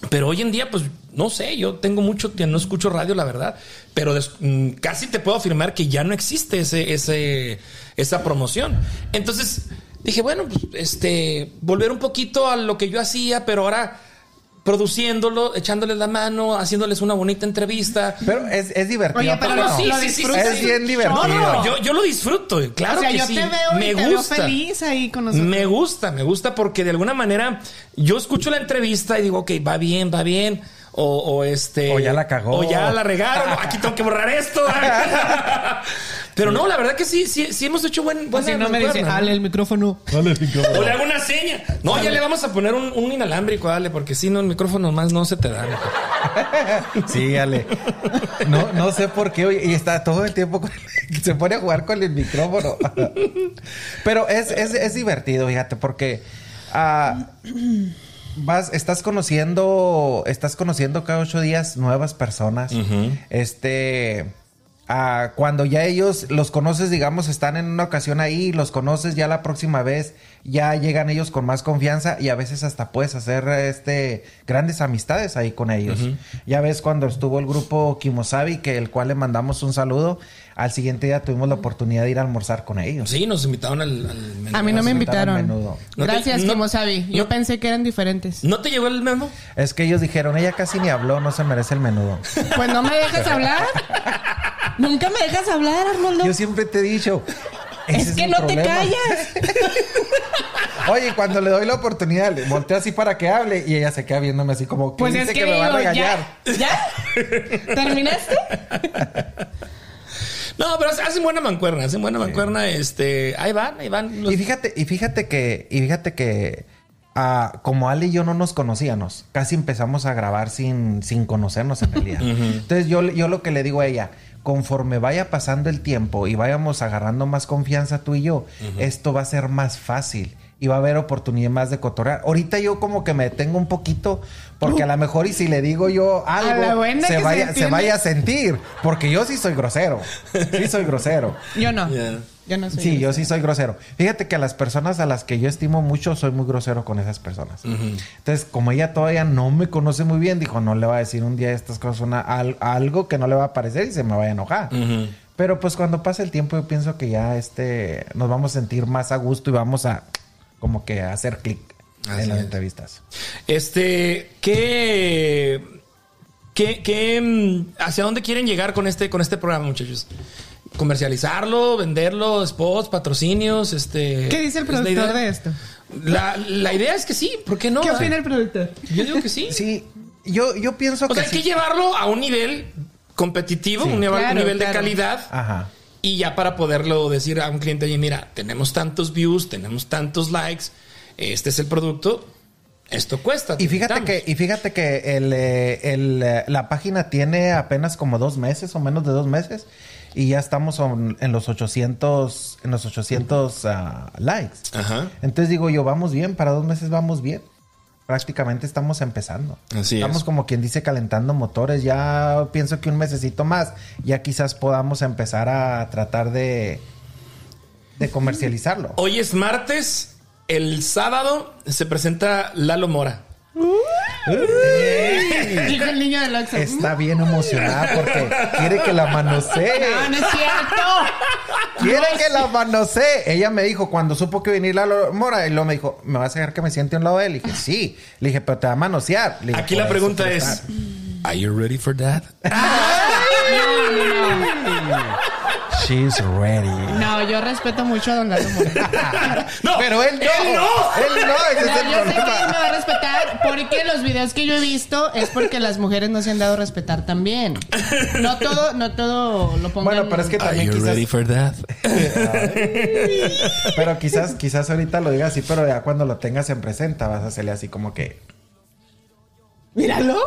[SPEAKER 5] Pero hoy en día, pues no sé, yo tengo mucho que no escucho radio, la verdad, pero des- mm, casi te puedo afirmar que ya no existe ese, ese, esa promoción. Entonces dije, bueno, pues, este, volver un poquito a lo que yo hacía, pero ahora produciéndolo, echándoles la mano, haciéndoles una bonita entrevista.
[SPEAKER 2] Pero es, es divertido.
[SPEAKER 6] Oye, pero
[SPEAKER 2] ¿a poco
[SPEAKER 6] lo-
[SPEAKER 2] no?
[SPEAKER 6] lo disfrutas
[SPEAKER 2] Es bien
[SPEAKER 6] un
[SPEAKER 5] No,
[SPEAKER 2] divertido.
[SPEAKER 5] no, yo, yo lo disfruto, claro
[SPEAKER 6] o sea,
[SPEAKER 5] que
[SPEAKER 6] yo
[SPEAKER 5] sí.
[SPEAKER 6] te veo
[SPEAKER 5] me
[SPEAKER 6] y te
[SPEAKER 5] gusta.
[SPEAKER 6] veo feliz ahí con nosotros.
[SPEAKER 5] Me gusta, me gusta porque de alguna manera yo escucho la entrevista y digo, ok, va bien, va bien. O, o este.
[SPEAKER 2] O ya la cagó.
[SPEAKER 5] O ya la regaron. Aquí tengo que borrar esto. Pero no, la verdad que sí, sí, sí hemos hecho buen.
[SPEAKER 6] Pues
[SPEAKER 5] buena
[SPEAKER 6] si no me dice,
[SPEAKER 5] mancuerna, ¿no?
[SPEAKER 6] Ale, el micrófono.
[SPEAKER 5] O le hago una seña. No, ya le vamos a poner un, un inalámbrico, dale, porque si no, el micrófono más no se te da. mijo.
[SPEAKER 2] Sí, Ale. No, no sé por qué. oye, Y está todo el tiempo. con- se pone a jugar con el micrófono. Pero es, es, es divertido, fíjate, porque. ah, vas, estás conociendo, estás conociendo cada ocho días nuevas personas. Este, ah, cuando ya ellos los conoces, digamos, están en una ocasión ahí, los conoces ya la próxima vez, ya llegan ellos con más confianza y a veces hasta puedes hacer este grandes amistades ahí con ellos. Ya ves cuando estuvo el grupo Kimosabi, que el cual le mandamos un saludo, al siguiente día tuvimos la oportunidad de ir a almorzar con ellos.
[SPEAKER 5] Sí, nos invitaron al. al-
[SPEAKER 6] A mí no me
[SPEAKER 2] invitaron
[SPEAKER 6] invitaron.
[SPEAKER 2] menudo.
[SPEAKER 5] No te-
[SPEAKER 6] Gracias,
[SPEAKER 5] no-
[SPEAKER 6] Kimo Sabi. Yo
[SPEAKER 5] no-
[SPEAKER 6] pensé que eran diferentes.
[SPEAKER 5] ¿No te llegó el memo?
[SPEAKER 2] Es que ellos dijeron, ella casi ni habló, no se merece el menudo.
[SPEAKER 6] Pues no me dejas hablar. Nunca me dejas hablar, Arnoldo.
[SPEAKER 2] Yo siempre te he dicho. "Ese
[SPEAKER 6] es, que
[SPEAKER 2] mi
[SPEAKER 6] no
[SPEAKER 2] problema".
[SPEAKER 6] te callas.
[SPEAKER 2] Oye, cuando le doy la oportunidad, le volteo así para que hable y ella se queda viéndome así como que
[SPEAKER 6] Pues es
[SPEAKER 2] dice
[SPEAKER 6] que,
[SPEAKER 2] que, me va a
[SPEAKER 6] digo,
[SPEAKER 2] regañar.
[SPEAKER 6] ¿ya? ¿Ya? ¿Terminaste?
[SPEAKER 5] No, pero hacen buena mancuerna, hacen buena mancuerna. Este, ahí van, ahí van. los-
[SPEAKER 2] Y fíjate, y fíjate que, y fíjate que ah, como Ale y yo no nos conocíamos, casi empezamos a grabar sin, sin conocernos en realidad. Entonces yo, yo lo que le digo a ella, conforme vaya pasando el tiempo y vayamos agarrando más confianza tú y yo, esto va a ser más fácil. Y va a haber oportunidad más de cotorrear. Ahorita yo como que me detengo un poquito porque a lo mejor y si le digo yo algo,
[SPEAKER 6] Uh. la buena
[SPEAKER 2] se,
[SPEAKER 6] que se
[SPEAKER 2] vaya, se
[SPEAKER 6] entiende.
[SPEAKER 2] vaya a sentir. Porque yo sí soy grosero. Sí soy grosero.
[SPEAKER 6] Yo no.
[SPEAKER 5] Ya.
[SPEAKER 6] Yo no soy.
[SPEAKER 2] Sí, yo sí soy grosero. Fíjate que a las personas a las que yo estimo mucho, soy muy grosero con esas personas. Entonces, como ella todavía no me conoce muy bien, dijo, no le va a decir un día de estas cosas, una, al- algo que no le va a parecer y se me vaya a enojar. Pero pues cuando pase el tiempo, yo pienso que ya este, nos vamos a sentir más a gusto y vamos a como que a hacer clic
[SPEAKER 5] Así
[SPEAKER 2] en las
[SPEAKER 5] es.
[SPEAKER 2] entrevistas.
[SPEAKER 5] Este, ¿qué, qué, qué, mm, hacia dónde quieren llegar con este, con este programa, muchachos? Comercializarlo, venderlo, spots, patrocinios, este.
[SPEAKER 6] ¿Qué dice el
[SPEAKER 5] ¿es la
[SPEAKER 6] productor
[SPEAKER 5] idea?
[SPEAKER 6] de esto?
[SPEAKER 5] La, la idea es que sí, ¿por qué no?
[SPEAKER 6] ¿Qué opina el productor?
[SPEAKER 5] Yo digo que sí.
[SPEAKER 2] Sí, yo, yo pienso
[SPEAKER 5] o
[SPEAKER 2] que
[SPEAKER 5] sea, hay
[SPEAKER 2] sí.
[SPEAKER 5] que llevarlo a un nivel competitivo, un nivel, un
[SPEAKER 6] Claro,
[SPEAKER 5] nivel de
[SPEAKER 6] claro. Ah.
[SPEAKER 5] calidad.
[SPEAKER 2] Ajá.
[SPEAKER 5] Y ya para poderlo decir a un cliente, oye, mira, tenemos tantos views, tenemos tantos likes, este es el producto, esto cuesta. te
[SPEAKER 2] Y fíjate
[SPEAKER 5] invitamos".
[SPEAKER 2] que, y fíjate que el, eh, el, eh, la página tiene apenas como dos meses o menos de dos meses y ya estamos en, en los 800, en los 800 ah, likes.
[SPEAKER 5] Ajá.
[SPEAKER 2] Entonces digo yo, vamos bien, para dos meses vamos bien. prácticamente estamos empezando.
[SPEAKER 7] Así es.
[SPEAKER 2] estamos como quien dice calentando motores. Ya pienso que un mesecito más, ya quizás podamos empezar a tratar de, de comercializarlo.
[SPEAKER 5] Hoy es martes, el sábado se presenta Lalo Mora.
[SPEAKER 6] Dijo el niño del Oxxo.
[SPEAKER 2] Está bien emocionada porque quiere que la manosee.
[SPEAKER 6] No, no es cierto.
[SPEAKER 2] Quiere que la manosee. Ella me dijo cuando supo que venir la Mora y luego me dijo, ¿me vas a dejar que me siente a un lado de él? Le dije, sí. Le dije, pero te va a manosear. Le dije,
[SPEAKER 5] Aquí
[SPEAKER 2] "Por
[SPEAKER 5] la
[SPEAKER 2] eso
[SPEAKER 5] pregunta
[SPEAKER 2] quiero
[SPEAKER 5] es,
[SPEAKER 2] estar".
[SPEAKER 5] ¿Are you ready for that?
[SPEAKER 2] She's ready.
[SPEAKER 6] No, yo respeto mucho a Don Lalo Mora.
[SPEAKER 5] No,
[SPEAKER 2] Pero él no.
[SPEAKER 5] él no.
[SPEAKER 2] Él no, ese
[SPEAKER 6] No,
[SPEAKER 2] es el
[SPEAKER 6] yo sé que él me
[SPEAKER 2] problema.
[SPEAKER 6] va a respetar porque los videos que yo he visto es porque las mujeres no se han dado a respetar también. No todo, no todo lo pongan.
[SPEAKER 2] Bueno, pero es que
[SPEAKER 7] Are
[SPEAKER 2] también
[SPEAKER 7] you
[SPEAKER 2] quizás,
[SPEAKER 7] ready for that?
[SPEAKER 2] pero quizás, quizás ahorita lo diga así, pero ya cuando lo tengas en presenta vas a hacerle así como que
[SPEAKER 6] Míralo.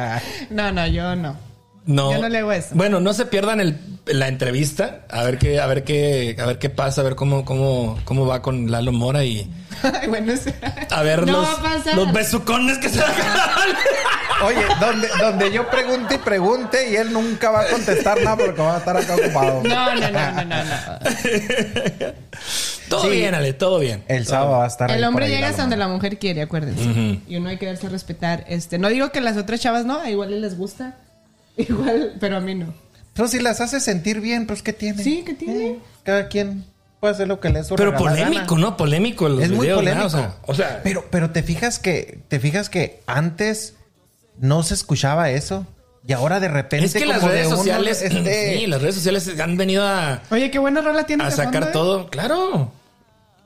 [SPEAKER 6] No, no, yo no.
[SPEAKER 5] No.
[SPEAKER 6] Yo no le hago eso.
[SPEAKER 5] Bueno, no se pierdan el- la entrevista, a ver qué, a ver qué, a ver qué pasa, a ver cómo, cómo, cómo va con Lalo Mora y
[SPEAKER 6] Ay, bueno, es-
[SPEAKER 5] a ver
[SPEAKER 6] No va a
[SPEAKER 5] los,
[SPEAKER 6] pasar.
[SPEAKER 5] los besucones que se va a agarrar.
[SPEAKER 2] Oye, donde, donde yo pregunte y pregunte y él nunca va a contestar nada porque va a estar acá ocupado.
[SPEAKER 6] No, no, no, no, no, no.
[SPEAKER 5] Todo
[SPEAKER 2] Sí. Eh,
[SPEAKER 5] bien, Ale, todo bien.
[SPEAKER 2] El sábado va a estar ahí
[SPEAKER 6] El
[SPEAKER 2] por
[SPEAKER 6] hombre
[SPEAKER 2] ahí,
[SPEAKER 6] llega hasta
[SPEAKER 2] Lalo.
[SPEAKER 6] donde la mujer quiere, acuérdense. Y uno hay que darse a respetar. Este, no digo que las otras chavas no, igual les gusta. Igual, pero a mí no.
[SPEAKER 2] Pero si las hace sentir bien, pues ¿qué tiene?
[SPEAKER 6] Sí, ¿qué tiene?
[SPEAKER 2] Eh, cada quien puede hacer lo que le es su
[SPEAKER 5] Pero
[SPEAKER 2] regalada
[SPEAKER 5] polémico,
[SPEAKER 2] gana.
[SPEAKER 5] ¿no? Polémico los
[SPEAKER 2] Es muy
[SPEAKER 5] videos, ¿no?
[SPEAKER 2] polémico.
[SPEAKER 5] O sea, o sea,
[SPEAKER 2] pero, pero te fijas que, te fijas que antes no se escuchaba eso. Y ahora de repente
[SPEAKER 5] es que las
[SPEAKER 2] como de
[SPEAKER 5] redes
[SPEAKER 2] uno,
[SPEAKER 5] sociales,
[SPEAKER 2] este,
[SPEAKER 5] sí, las redes sociales han venido a,
[SPEAKER 6] Oye, qué buena rola tiene
[SPEAKER 5] a
[SPEAKER 6] de fondo,
[SPEAKER 5] sacar
[SPEAKER 6] ¿eh?
[SPEAKER 5] todo, claro.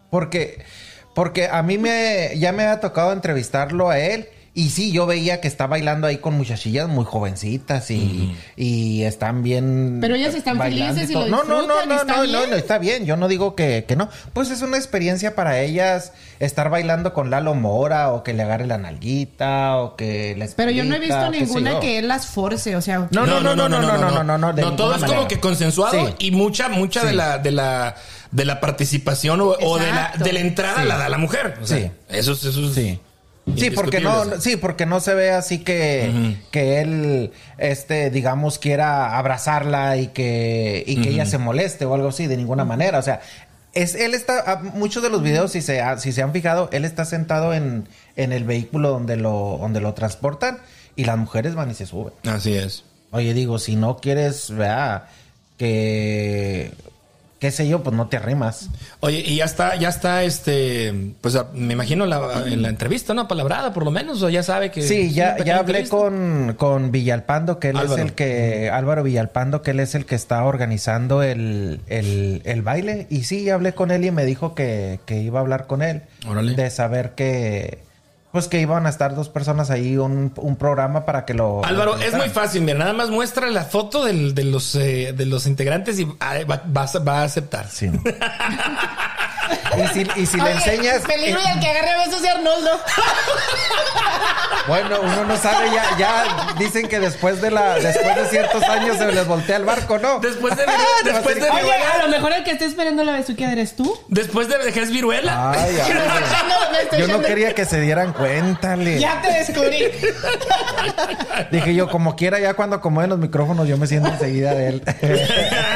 [SPEAKER 2] Porque, porque a mí me, ya me había tocado entrevistarlo a él. Y sí, yo veía que está bailando ahí con muchachillas muy jovencitas y, y están bien.
[SPEAKER 6] Pero ellas están
[SPEAKER 2] bailando
[SPEAKER 6] felices y
[SPEAKER 2] todo. No,
[SPEAKER 6] lo
[SPEAKER 2] no, no,
[SPEAKER 6] disfrutan,
[SPEAKER 2] no,
[SPEAKER 6] ¿está
[SPEAKER 2] no, no,
[SPEAKER 6] bien?
[SPEAKER 2] no, está bien. Yo no digo que, que no. Pues es una experiencia para ellas estar bailando con Lalo Mora o que le agarre la nalguita o que la
[SPEAKER 6] Pero yo no he
[SPEAKER 2] espaldita,
[SPEAKER 6] visto
[SPEAKER 2] o qué sé
[SPEAKER 6] ninguna
[SPEAKER 2] yo.
[SPEAKER 6] que él las force, o sea.
[SPEAKER 2] No, no, no, no, no, no, no, no, no, no, de
[SPEAKER 5] todo
[SPEAKER 2] ninguna
[SPEAKER 5] es como
[SPEAKER 2] manera.
[SPEAKER 5] que consensuado
[SPEAKER 2] Sí.
[SPEAKER 5] y mucha, mucha de
[SPEAKER 2] Sí.
[SPEAKER 5] la, de la, de la participación o, o de la,
[SPEAKER 6] Exacto.
[SPEAKER 5] de la entrada la da la mujer. O sea,
[SPEAKER 2] Sí.
[SPEAKER 5] Eso, es- eso es
[SPEAKER 2] Sí. Sí, porque
[SPEAKER 5] indiscutible,
[SPEAKER 2] no,
[SPEAKER 5] o sea.
[SPEAKER 2] no- sí, porque no se ve así que, que él, este, digamos, quiera abrazarla y que, y que ella se moleste o algo así, de ninguna manera. O sea, es, él está, a muchos de los videos, si se, ha- si se han fijado, él está sentado en, en el vehículo donde lo, donde lo transportan y las mujeres van y se suben.
[SPEAKER 5] Así es.
[SPEAKER 2] Oye, digo, si no quieres, vea, que, qué sé yo, pues no te arrimas.
[SPEAKER 5] Oye, y ya está, ya está, este, pues a- me imagino la, en la entrevista, ¿no? Palabrada, por lo menos, o ya sabe que.
[SPEAKER 2] Sí,
[SPEAKER 5] es una
[SPEAKER 2] ya,
[SPEAKER 5] pequeña
[SPEAKER 2] ya hablé
[SPEAKER 5] entrevista.
[SPEAKER 2] con, con Villalpando, que él
[SPEAKER 5] Álvaro.
[SPEAKER 2] es el que, Álvaro Villalpando, que él es el que está organizando el, el- el baile. Y sí, ya hablé con él y me dijo que, que iba a hablar con él.
[SPEAKER 5] Órale.
[SPEAKER 2] De saber que, pues que iban a estar dos personas ahí, un, un programa para que lo...
[SPEAKER 5] Álvaro, es muy
[SPEAKER 2] fácil.
[SPEAKER 5] fácil, mira, nada más muestra la foto del- de los eh, de los integrantes y ah, va, va- va a aceptar.
[SPEAKER 2] Sí. Y si, y si le
[SPEAKER 6] Oye,
[SPEAKER 2] enseñas... eh,
[SPEAKER 6] Peligro del que agarre besos de Arnoldo.
[SPEAKER 2] Bueno, uno no sabe, ya, ya dicen que después de la, después de ciertos años se les voltea el barco, ¿no?
[SPEAKER 5] Después de,
[SPEAKER 2] Te vas a
[SPEAKER 5] después de
[SPEAKER 2] decir,
[SPEAKER 6] Oye, a
[SPEAKER 5] viruela,
[SPEAKER 6] lo mejor el que está esperando la besuqueada eres tú.
[SPEAKER 5] después de vejez viruela.
[SPEAKER 2] Ay, ay.
[SPEAKER 6] No, me estoy
[SPEAKER 2] Yo no
[SPEAKER 6] echando-
[SPEAKER 2] quería que se dieran cuenta, le.
[SPEAKER 6] Ya te descubrí.
[SPEAKER 2] Dije yo, como quiera, ya cuando acomoden los micrófonos, yo me siento enseguida de él.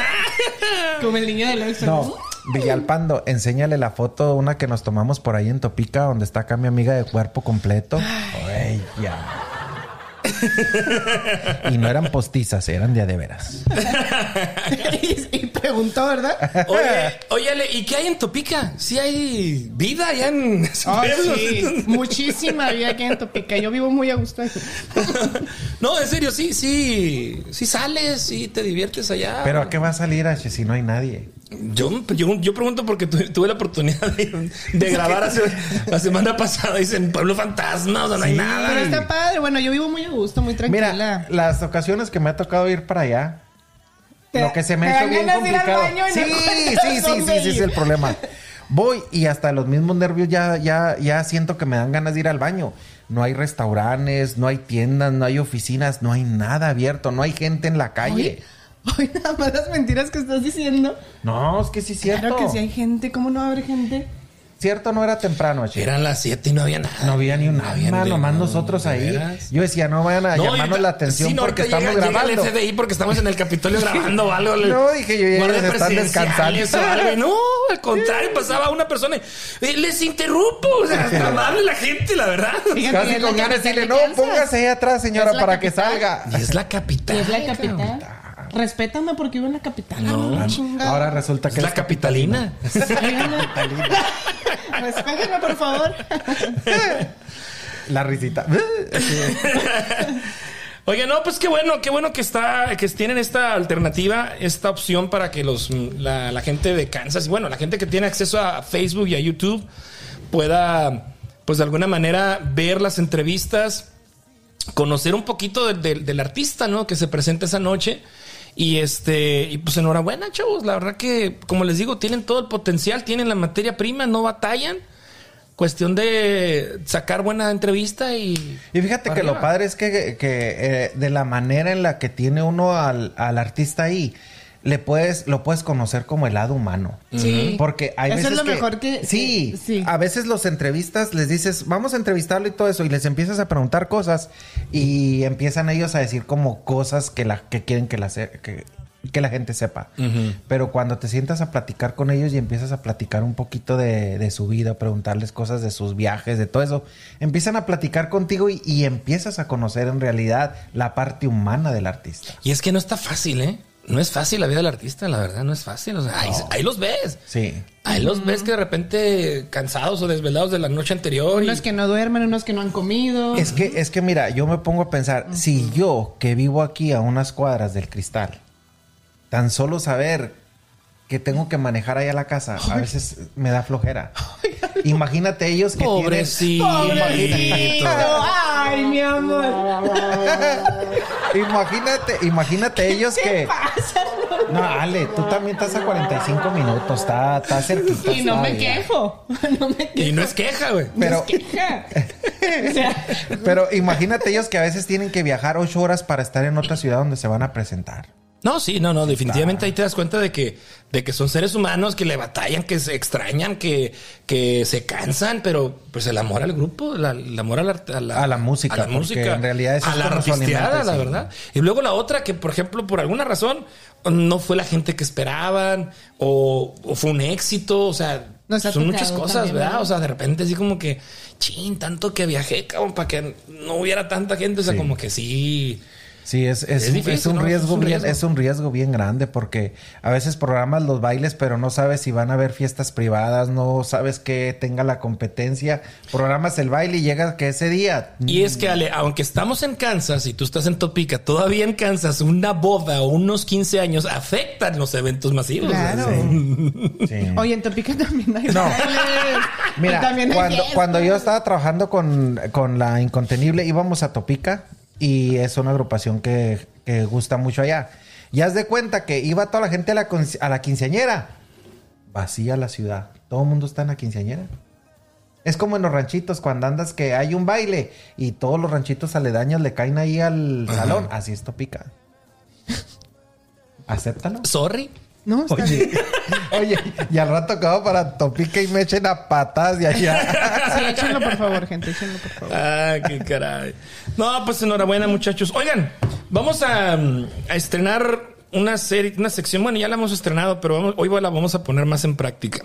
[SPEAKER 6] Como el niño del Oxxo.
[SPEAKER 2] no,
[SPEAKER 6] ¿no?
[SPEAKER 2] Villalpando, enséñale la foto, una que nos tomamos por ahí en Topica, donde está acá mi amiga de cuerpo completo. Ay, ya. y no eran postizas, eran de a de veras.
[SPEAKER 6] y, y preguntó, ¿verdad?
[SPEAKER 5] Oye, oye, Ale, ¿y qué hay en Topica? Sí hay vida allá en esos
[SPEAKER 6] Ay,
[SPEAKER 5] pueblos.
[SPEAKER 6] sí. Muchísima vida aquí en Topica. Yo vivo muy a gusto aquí.
[SPEAKER 5] No, en serio, sí, sí, sí sales, sí te diviertes allá.
[SPEAKER 2] Pero ¿a qué va a salir H si no hay nadie?
[SPEAKER 5] Yo, yo, yo pregunto porque tu- tuve la oportunidad de, de grabar hace- la semana pasada. Dicen Pueblo Fantasma, o sea, no hay nada.
[SPEAKER 6] Pero está padre. Bueno, yo vivo muy a gusto, muy tranquila.
[SPEAKER 2] Mira, las ocasiones que me ha tocado ir para allá,
[SPEAKER 6] Te-
[SPEAKER 2] lo que se me
[SPEAKER 6] te
[SPEAKER 2] ha hecho bien
[SPEAKER 6] dan ganas de ir al
[SPEAKER 2] complicado.
[SPEAKER 6] baño y
[SPEAKER 2] Sí,
[SPEAKER 6] no
[SPEAKER 2] sí,
[SPEAKER 6] encuentras
[SPEAKER 2] sí, sí,
[SPEAKER 6] dónde
[SPEAKER 2] sí, sí, es
[SPEAKER 6] ir.
[SPEAKER 2] el problema. Voy y hasta los mismos nervios ya, ya, ya siento que me dan ganas de ir al baño. No hay restaurantes, no hay tiendas, no hay oficinas, no hay nada abierto, no hay gente en la calle.
[SPEAKER 6] Oye, Hoy nada más las mentiras que estás diciendo.
[SPEAKER 2] No, es que sí es cierto.
[SPEAKER 6] Claro que si hay gente, ¿cómo no va a haber gente?
[SPEAKER 2] ¿Cierto o no era temprano, che?
[SPEAKER 5] Eran las 7 y no había nada.
[SPEAKER 2] No había ni un alma,
[SPEAKER 5] de-
[SPEAKER 2] nomás nosotros
[SPEAKER 5] ¿de
[SPEAKER 2] ahí.
[SPEAKER 5] veras?
[SPEAKER 2] Yo decía, no vayan a
[SPEAKER 5] No,
[SPEAKER 2] llamarnos
[SPEAKER 5] ahorita-
[SPEAKER 2] la atención
[SPEAKER 5] sí, no,
[SPEAKER 2] porque
[SPEAKER 5] ahorita
[SPEAKER 2] estamos
[SPEAKER 5] llega- llega
[SPEAKER 2] grabando.
[SPEAKER 5] el FDI porque estamos en el Capitolio grabando o algo. el-
[SPEAKER 2] No, dije yo, ya
[SPEAKER 5] guardia
[SPEAKER 2] ellos están
[SPEAKER 5] presidenciales
[SPEAKER 2] descansando.
[SPEAKER 5] o algo, y no, al contrario, pasaba una persona y eh, les interrumpo. O sea, está amable la gente, la verdad.
[SPEAKER 6] Fíjate,
[SPEAKER 2] Casi
[SPEAKER 6] es la
[SPEAKER 2] con ganas de
[SPEAKER 6] capital
[SPEAKER 2] decirle,
[SPEAKER 6] de
[SPEAKER 2] no,
[SPEAKER 6] Kansas.
[SPEAKER 2] póngase ahí atrás, señora,
[SPEAKER 6] Es la
[SPEAKER 2] para que
[SPEAKER 6] capital.
[SPEAKER 2] salga.
[SPEAKER 5] Y es la capital.
[SPEAKER 6] Y es la capital. Respétame porque vivo en la capital.
[SPEAKER 5] No.
[SPEAKER 6] Ah, chingada.
[SPEAKER 2] Ahora resulta que
[SPEAKER 5] Es la
[SPEAKER 2] es
[SPEAKER 5] capitalina.
[SPEAKER 6] Respétame, por favor.
[SPEAKER 2] la risita.
[SPEAKER 5] Oye, no, pues qué bueno, qué bueno que está, que tienen esta alternativa, esta opción para que los la, la gente de Kansas, y bueno, la gente que tiene acceso a Facebook y a YouTube pueda, pues de alguna manera, ver las entrevistas, conocer un poquito de- de- del artista, ¿no? Que se presenta esa noche. Y este, y pues enhorabuena, chavos. La verdad que, como les digo, tienen todo el potencial, tienen la materia prima, no batallan. Cuestión de sacar buena entrevista y.
[SPEAKER 2] Y fíjate que
[SPEAKER 5] Arriba.
[SPEAKER 2] lo padre es que, que, eh, de la manera en la que tiene uno al, al artista ahí, le puedes, lo puedes conocer como el lado humano.
[SPEAKER 6] Sí.
[SPEAKER 2] Porque hay
[SPEAKER 6] Eso es
[SPEAKER 2] veces
[SPEAKER 6] lo mejor que-
[SPEAKER 2] sí,
[SPEAKER 6] que- sí.
[SPEAKER 2] a veces los entrevistas les dices, vamos a entrevistarlo y todo eso, y les empiezas a preguntar cosas y empiezan ellos a decir como cosas que, la, que quieren que la, se- que, que la gente sepa. Pero cuando te sientas a platicar con ellos y empiezas a platicar un poquito de, de su vida, preguntarles cosas de sus viajes, de todo eso, empiezan a platicar contigo y, y empiezas a conocer en realidad la parte humana del artista.
[SPEAKER 5] Y es que no está fácil, ¿eh? No es fácil la vida del artista, la verdad, no es fácil. O sea, ahí, ahí los ves.
[SPEAKER 2] Sí.
[SPEAKER 5] Ahí los ves que de repente cansados o desvelados de la noche anterior. y-
[SPEAKER 6] Unos que no duermen, unos que no han comido.
[SPEAKER 2] Es que, es que mira, yo me pongo a pensar, si yo que vivo aquí a unas cuadras del cristal, tan solo saber que tengo que manejar allá la casa, a veces me da flojera. Imagínate ellos que
[SPEAKER 5] Pobrecito.
[SPEAKER 6] Pobrecito. Ay, mi amor.
[SPEAKER 2] tienen. Imagínate, imagínate ellos
[SPEAKER 6] ¿Qué
[SPEAKER 2] que.
[SPEAKER 6] pasa?
[SPEAKER 2] No, Ale, tú también estás a 45 minutos, está, está cerquita.
[SPEAKER 6] Y no me
[SPEAKER 2] todavía.
[SPEAKER 6] quejo. No me quejo.
[SPEAKER 5] Y no es queja, güey.
[SPEAKER 2] Pero,
[SPEAKER 6] queja. O sea,
[SPEAKER 2] pero imagínate ellos que a veces tienen que viajar 8 horas para estar en otra ciudad donde se van a presentar.
[SPEAKER 5] No, sí, no, no, definitivamente ahí te das cuenta de que, de que son seres humanos que le batallan, que se extrañan, que, que se cansan, pero pues el amor al grupo, la- el amor al arte- a la,
[SPEAKER 2] A la música,
[SPEAKER 5] a la
[SPEAKER 2] porque
[SPEAKER 5] música,
[SPEAKER 2] en realidad eso
[SPEAKER 5] a
[SPEAKER 2] es
[SPEAKER 5] la
[SPEAKER 2] como su
[SPEAKER 5] artisteada,
[SPEAKER 2] alimento,
[SPEAKER 5] la
[SPEAKER 2] sí.
[SPEAKER 5] verdad. Y luego la otra que, por ejemplo, por alguna razón no fue la gente que esperaban o, o fue un éxito, o sea,
[SPEAKER 6] Nos ha
[SPEAKER 5] son
[SPEAKER 6] tocado
[SPEAKER 5] muchas cosas,
[SPEAKER 6] también,
[SPEAKER 5] ¿verdad?
[SPEAKER 6] ¿verdad?
[SPEAKER 5] O sea, de repente así como que, chin, tanto que viajé, cabrón, para que no hubiera tanta gente, o sea, como que sí.
[SPEAKER 2] Sí, es, es,
[SPEAKER 5] Es difícil,
[SPEAKER 2] es un
[SPEAKER 5] ¿no?
[SPEAKER 2] riesgo,
[SPEAKER 5] Es un
[SPEAKER 2] bien,
[SPEAKER 5] riesgo.
[SPEAKER 2] es un riesgo bien grande porque a veces programas los bailes, pero no sabes si van a haber fiestas privadas, no sabes que tenga la competencia. Programas el baile y llegas que ese día.
[SPEAKER 5] Y es que, Ale, aunque estamos en Kansas y tú estás en Topica, todavía en Kansas, una boda o unos 15 años afectan los eventos
[SPEAKER 2] Pues,
[SPEAKER 5] masivos.
[SPEAKER 6] Claro.
[SPEAKER 2] Sí.
[SPEAKER 6] Oye, en Topica también hay
[SPEAKER 2] No.
[SPEAKER 6] bailes. Y
[SPEAKER 2] Mira,
[SPEAKER 6] también hay
[SPEAKER 2] cuando,
[SPEAKER 6] fiestas.
[SPEAKER 2] cuando yo estaba trabajando con, con la Incontenible, íbamos a Topica y es una agrupación que, que gusta mucho allá. Y haz de cuenta que iba toda la gente a la, conci- a la quinceañera. Vacía la ciudad. Todo el mundo está en la quinceañera. Es como en los ranchitos, cuando andas que hay un baile y todos los ranchitos aledaños le caen ahí al salón. Así es Topica. Acéptalo.
[SPEAKER 5] Sorry.
[SPEAKER 6] No, está bien.
[SPEAKER 2] Oye, oye, y al rato acabo para Topica y me echen a patadas de allá.
[SPEAKER 6] Sí, échenlo, por favor, gente. Échenlo, por favor.
[SPEAKER 5] Ah, qué caray. No, pues enhorabuena, muchachos. Oigan, vamos a, mm, a estrenar una serie, una sección. Bueno, ya la hemos estrenado, pero vamos- hoy la vamos a poner más en práctica.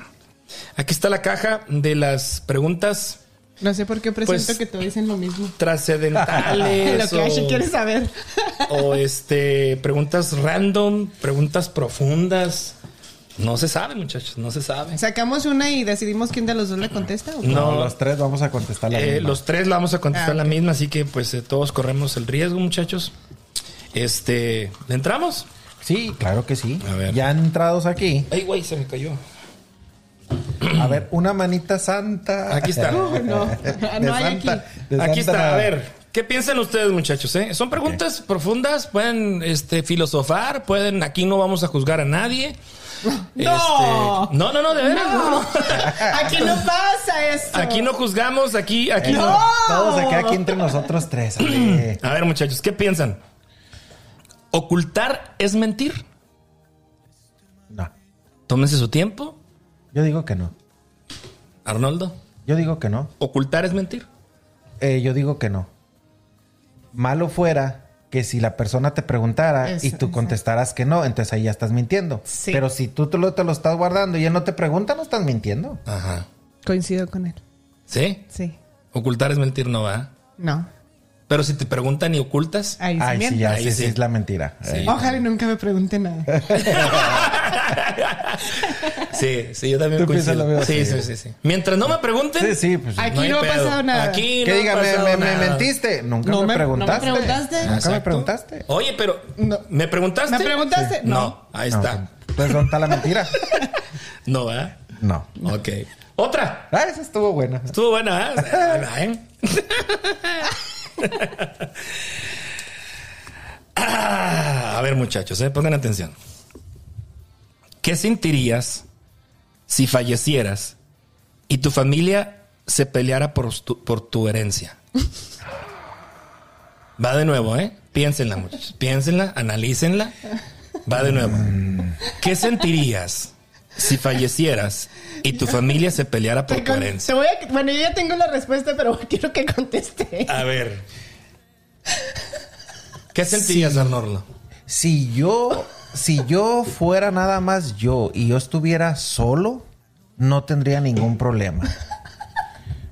[SPEAKER 5] Aquí está la caja de las preguntas
[SPEAKER 6] No sé por qué presiento
[SPEAKER 5] Pues-
[SPEAKER 6] que te dicen lo mismo.
[SPEAKER 5] trascendentales.
[SPEAKER 6] Lo que Ashi
[SPEAKER 5] o-
[SPEAKER 6] quiere saber.
[SPEAKER 5] o este preguntas random, preguntas profundas. No se sabe, muchachos, no se sabe.
[SPEAKER 6] Sacamos una y decidimos quién de los dos le contesta. ¿o qué?
[SPEAKER 5] No,
[SPEAKER 2] No, los tres vamos a contestar la
[SPEAKER 5] eh,
[SPEAKER 2] misma.
[SPEAKER 5] los tres la vamos a contestar
[SPEAKER 6] Ah,
[SPEAKER 5] la misma, así que pues eh, todos corremos el riesgo, muchachos. Este, ¿le entramos?
[SPEAKER 2] Sí, claro que sí.
[SPEAKER 5] A ver.
[SPEAKER 2] Ya entrados aquí.
[SPEAKER 5] Ay, güey, se me cayó.
[SPEAKER 2] A ver, una manita santa.
[SPEAKER 5] Aquí está.
[SPEAKER 6] No, Uh, no,
[SPEAKER 2] De
[SPEAKER 6] no hay
[SPEAKER 2] santa-
[SPEAKER 6] aquí.
[SPEAKER 2] de
[SPEAKER 5] Aquí está,
[SPEAKER 2] santa
[SPEAKER 5] a
[SPEAKER 2] nada.
[SPEAKER 5] ver. ¿Qué piensan ustedes, muchachos? eh? Son preguntas profundas, pueden este, filosofar, pueden, aquí no vamos a juzgar a nadie.
[SPEAKER 6] No.
[SPEAKER 5] Este, no, no, no, de veras, no, no.
[SPEAKER 6] Aquí no pasa esto.
[SPEAKER 5] Aquí no juzgamos, aquí, aquí
[SPEAKER 6] No.
[SPEAKER 5] no.
[SPEAKER 2] Todos aquí, aquí entre nosotros tres. Ale.
[SPEAKER 5] A ver, muchachos, ¿qué piensan? ¿Ocultar es mentir?
[SPEAKER 2] No,
[SPEAKER 5] Tómense su tiempo.
[SPEAKER 2] yo digo que no.
[SPEAKER 5] Arnoldo,
[SPEAKER 2] Yo digo que no.
[SPEAKER 5] ocultar es mentir.
[SPEAKER 2] Eh, yo digo que no. Malo fuera que si la persona te preguntara
[SPEAKER 6] Eso,
[SPEAKER 2] y tú
[SPEAKER 6] exacto.
[SPEAKER 2] contestaras que no, entonces ahí ya estás mintiendo.
[SPEAKER 6] Sí.
[SPEAKER 2] Pero si tú te lo, te lo estás guardando y él no te pregunta, no estás mintiendo.
[SPEAKER 5] Ajá.
[SPEAKER 6] Coincido con él.
[SPEAKER 5] ¿Sí?
[SPEAKER 6] Sí.
[SPEAKER 5] Ocultar es mentir, no va.
[SPEAKER 6] No.
[SPEAKER 5] Pero si te preguntan y ocultas,
[SPEAKER 6] Ahí
[SPEAKER 2] Ay,
[SPEAKER 6] se
[SPEAKER 2] sí, ya,
[SPEAKER 5] Ahí
[SPEAKER 2] sí,
[SPEAKER 5] sí.
[SPEAKER 2] sí es la mentira.
[SPEAKER 5] Sí.
[SPEAKER 2] Eh,
[SPEAKER 6] Ojalá y nunca me pregunte nada.
[SPEAKER 5] sí, sí, yo también
[SPEAKER 2] Tú
[SPEAKER 5] coincido.
[SPEAKER 2] piensas lo mismo,
[SPEAKER 5] sí, sí, sí,
[SPEAKER 2] sí.
[SPEAKER 5] sí. Mientras no me pregunten,
[SPEAKER 2] Sí, sí, pues.
[SPEAKER 6] Aquí
[SPEAKER 5] no hay
[SPEAKER 6] no, ha
[SPEAKER 5] pedo.
[SPEAKER 6] pasado nada.
[SPEAKER 5] Aquí
[SPEAKER 2] que
[SPEAKER 5] no ha
[SPEAKER 2] diga, me,
[SPEAKER 5] pasado
[SPEAKER 2] me- me
[SPEAKER 5] nada.
[SPEAKER 2] mentiste. Nunca
[SPEAKER 6] No
[SPEAKER 2] me,
[SPEAKER 6] me- no me
[SPEAKER 2] preguntaste.
[SPEAKER 6] preguntaste.
[SPEAKER 2] Nunca me
[SPEAKER 5] Exacto.
[SPEAKER 2] preguntaste.
[SPEAKER 5] Oye, pero ¿me preguntaste?
[SPEAKER 6] ¿Me preguntaste?
[SPEAKER 5] No.
[SPEAKER 6] No.
[SPEAKER 5] ahí
[SPEAKER 2] No,
[SPEAKER 5] está.
[SPEAKER 2] Pues ¿dónde está la mentira?
[SPEAKER 5] No, ¿verdad?
[SPEAKER 2] No.
[SPEAKER 5] Ok. Otra.
[SPEAKER 2] Ah, esa estuvo buena.
[SPEAKER 5] Estuvo buena, ¿verdad? ¿eh? Ah, a ver, muchachos, ¿eh? pongan atención. ¿Qué sentirías si fallecieras y tu familia se peleara por tu, por tu herencia? Va de nuevo, ¿eh? Piénsenla, muchachos. Piénsenla, analícenla. Va de nuevo. ¿Qué sentirías si fallecieras y tu familia se peleara por
[SPEAKER 6] Te
[SPEAKER 5] tu
[SPEAKER 6] con-
[SPEAKER 5] herencia?
[SPEAKER 6] te voy a- bueno, yo ya tengo la respuesta, pero quiero que conteste.
[SPEAKER 5] A ver. ¿Qué sentías, Arnorlo?
[SPEAKER 2] Si yo, si yo fuera nada más yo y yo estuviera solo, no tendría ningún problema.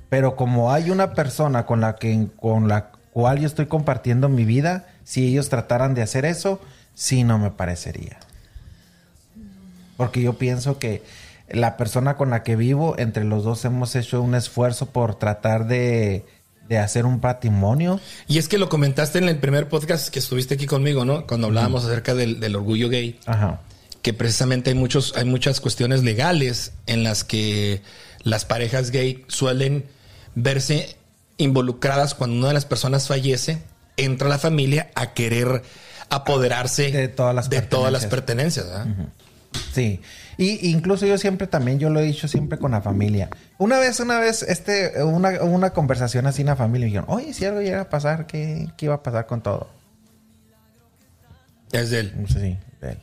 [SPEAKER 2] Pero como hay una persona con la que, con la cual yo estoy compartiendo mi vida, si ellos trataran de hacer eso, sí no me parecería. Porque yo pienso que la persona con la que vivo, entre los dos hemos hecho un esfuerzo por tratar de, de hacer un patrimonio.
[SPEAKER 5] Y es que lo comentaste en el primer podcast que estuviste aquí conmigo, ¿no? Cuando hablábamos acerca del, del orgullo gay,
[SPEAKER 2] Ajá.
[SPEAKER 5] que precisamente hay muchos, hay muchas cuestiones legales en las que las parejas gay suelen verse involucradas cuando una de las personas fallece, entra la familia a querer apoderarse
[SPEAKER 2] De todas las
[SPEAKER 5] de todas las pertenencias. ¿verdad?
[SPEAKER 2] Sí, y incluso yo siempre también, yo lo he dicho siempre con la familia. Una vez, una vez, este, una, una conversación así en la familia, me dijeron, oye, si algo llega a pasar, ¿qué, qué iba a pasar con todo?
[SPEAKER 5] Es del
[SPEAKER 2] No sé, sí, de él,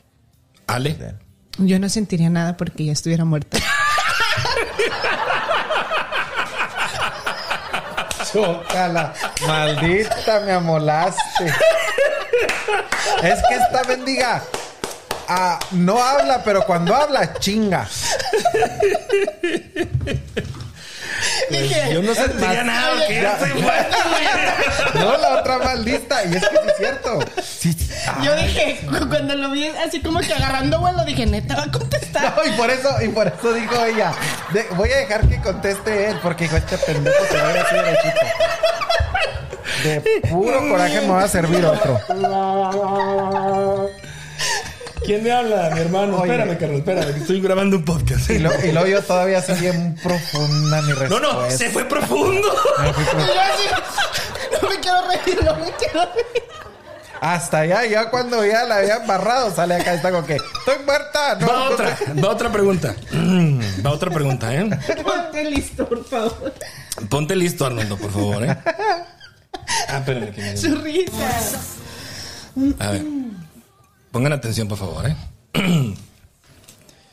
[SPEAKER 5] Ale.
[SPEAKER 2] de él.
[SPEAKER 6] Yo no sentiría nada porque ya estuviera muerta.
[SPEAKER 2] Chócala, maldita, me amolaste. Es que esta bendiga ah, no habla, pero cuando habla, chinga. Pues,
[SPEAKER 5] Yo no sentiría nada. ¿o qué?
[SPEAKER 2] Ya.
[SPEAKER 5] Estoy muerto, güey.
[SPEAKER 2] No, la otra maldita. Y es que sí es cierto. Sí, sí. Ah,
[SPEAKER 6] Yo dije, cu- cuando lo vi así como que agarrando vuelo, dije, neta, va a contestar.
[SPEAKER 2] No, y por eso, y por eso dijo ella, "De- voy a dejar que conteste él, porque dijo, este pendejo se va a ir así derechito. De puro coraje me va a servir otro.
[SPEAKER 5] ¿Quién me habla, mi hermano?
[SPEAKER 2] Oye.
[SPEAKER 5] Espérame, Carlos, espérame, que estoy grabando un podcast.
[SPEAKER 2] Y, lo, y luego yo todavía así bien profunda mi
[SPEAKER 5] no,
[SPEAKER 2] respuesta.
[SPEAKER 5] no, se fue profundo.
[SPEAKER 6] Y yo así, no me quiero reír, no me quiero reír.
[SPEAKER 2] Hasta allá, ya cuando ya la había embarrado, sale acá y está con que, estoy muerta. No,
[SPEAKER 5] Va otra, va otra pregunta. Mm, Va otra pregunta, ¿eh?
[SPEAKER 6] Ponte listo, por favor.
[SPEAKER 5] Ponte listo, Arnoldo, por favor, ¿eh? Ah, espérame. que me-
[SPEAKER 6] Su risa.
[SPEAKER 5] A ver. Pongan atención, por favor, ¿eh?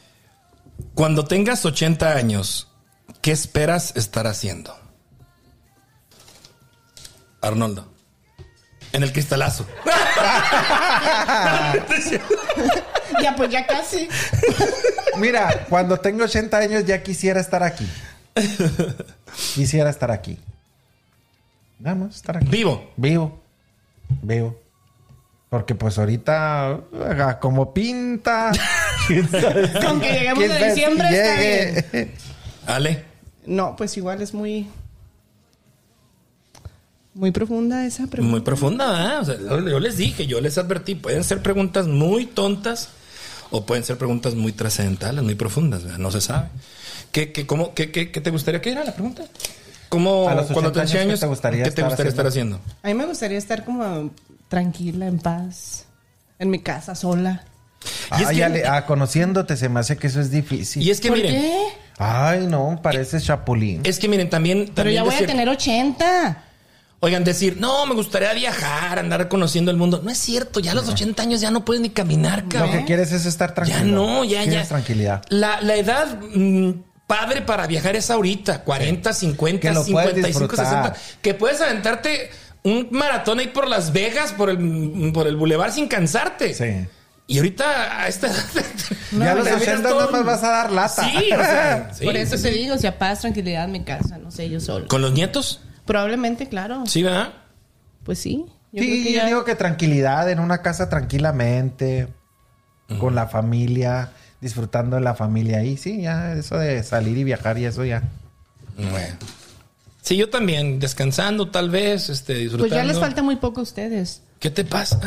[SPEAKER 5] Cuando tengas 80 años, ¿qué esperas estar haciendo? Arnoldo. En el cristalazo.
[SPEAKER 6] Ya, pues ya casi.
[SPEAKER 2] Mira, cuando tengo 80 años ya quisiera estar aquí. Quisiera estar aquí. Nada más, estar aquí.
[SPEAKER 5] Vivo.
[SPEAKER 2] Vivo. Vivo. Porque pues ahorita, ah, como pinta. quién sabe si-
[SPEAKER 6] Con que lleguemos
[SPEAKER 2] quién
[SPEAKER 6] a
[SPEAKER 2] sabe si
[SPEAKER 6] diciembre está
[SPEAKER 2] llegue.
[SPEAKER 5] Ale.
[SPEAKER 6] No, pues igual es muy. Muy profunda esa pregunta.
[SPEAKER 5] Muy profunda, ¿verdad? O sea, yo- yo les dije, yo les advertí, pueden ser preguntas muy tontas o pueden ser preguntas muy trascendentales, muy profundas, ¿verdad? no se sabe. ¿Qué, qué, cómo, qué, qué, qué te gustaría? ¿Qué era la pregunta? ¿Cómo,
[SPEAKER 2] A los
[SPEAKER 5] cuando
[SPEAKER 2] 80
[SPEAKER 5] 80
[SPEAKER 2] años, ¿qué te gustaría
[SPEAKER 5] ¿qué te
[SPEAKER 2] estar
[SPEAKER 5] gustaría estar haciendo?
[SPEAKER 6] A mí me gustaría estar como tranquila, en paz, en mi casa, sola.
[SPEAKER 5] Y es
[SPEAKER 2] Ay,
[SPEAKER 5] que-
[SPEAKER 2] Ale, ah, conociéndote se me hace que eso es difícil.
[SPEAKER 5] Y es Eh, que
[SPEAKER 6] ¿Por
[SPEAKER 5] miren,
[SPEAKER 6] qué?
[SPEAKER 2] Ay, no, pareces chapulín.
[SPEAKER 5] es que miren, también...
[SPEAKER 6] Pero
[SPEAKER 5] también
[SPEAKER 6] ya voy
[SPEAKER 5] decir-
[SPEAKER 6] a tener 80.
[SPEAKER 5] Oigan, decir, no, me gustaría viajar, andar conociendo el mundo. No es cierto, ya a los 80 años ya no puedes ni caminar,
[SPEAKER 2] Lo
[SPEAKER 5] cabrón.
[SPEAKER 2] que quieres es estar tranquilo.
[SPEAKER 5] Ya eh. no, ya,
[SPEAKER 2] Quieres
[SPEAKER 5] ya.
[SPEAKER 2] tranquilidad.
[SPEAKER 5] La, la edad mm, padre para viajar es ahorita, 40, 50,
[SPEAKER 2] Que lo puedes
[SPEAKER 5] 55,
[SPEAKER 2] disfrutar.
[SPEAKER 5] 60, que puedes aventarte un maratón ahí por Las Vegas, por el, por el bulevar sin cansarte.
[SPEAKER 2] Sí.
[SPEAKER 5] Y ahorita a esta edad.
[SPEAKER 2] Ya a los
[SPEAKER 5] terminas
[SPEAKER 2] 80
[SPEAKER 5] todo
[SPEAKER 2] nada más
[SPEAKER 5] un-
[SPEAKER 2] vas a dar lata.
[SPEAKER 5] Sí, o sea, sí,
[SPEAKER 6] Por eso
[SPEAKER 5] sí,
[SPEAKER 6] te
[SPEAKER 5] sí.
[SPEAKER 6] digo, o sea, paz, tranquilidad en mi casa, no sé, yo solo.
[SPEAKER 5] ¿Con los nietos?
[SPEAKER 6] Probablemente, claro.
[SPEAKER 5] Sí, ¿verdad?
[SPEAKER 6] Pues sí. Yo creo
[SPEAKER 2] sí,
[SPEAKER 6] que
[SPEAKER 2] yo
[SPEAKER 6] ya-
[SPEAKER 2] digo que tranquilidad, en una casa tranquilamente, con la familia, disfrutando de la familia ahí, sí, ya eso de salir y viajar y eso ya.
[SPEAKER 5] Bueno. Sí, yo también, descansando tal vez, este, disfrutando.
[SPEAKER 6] Pues ya les falta muy poco a ustedes.
[SPEAKER 5] ¿Qué te pasa?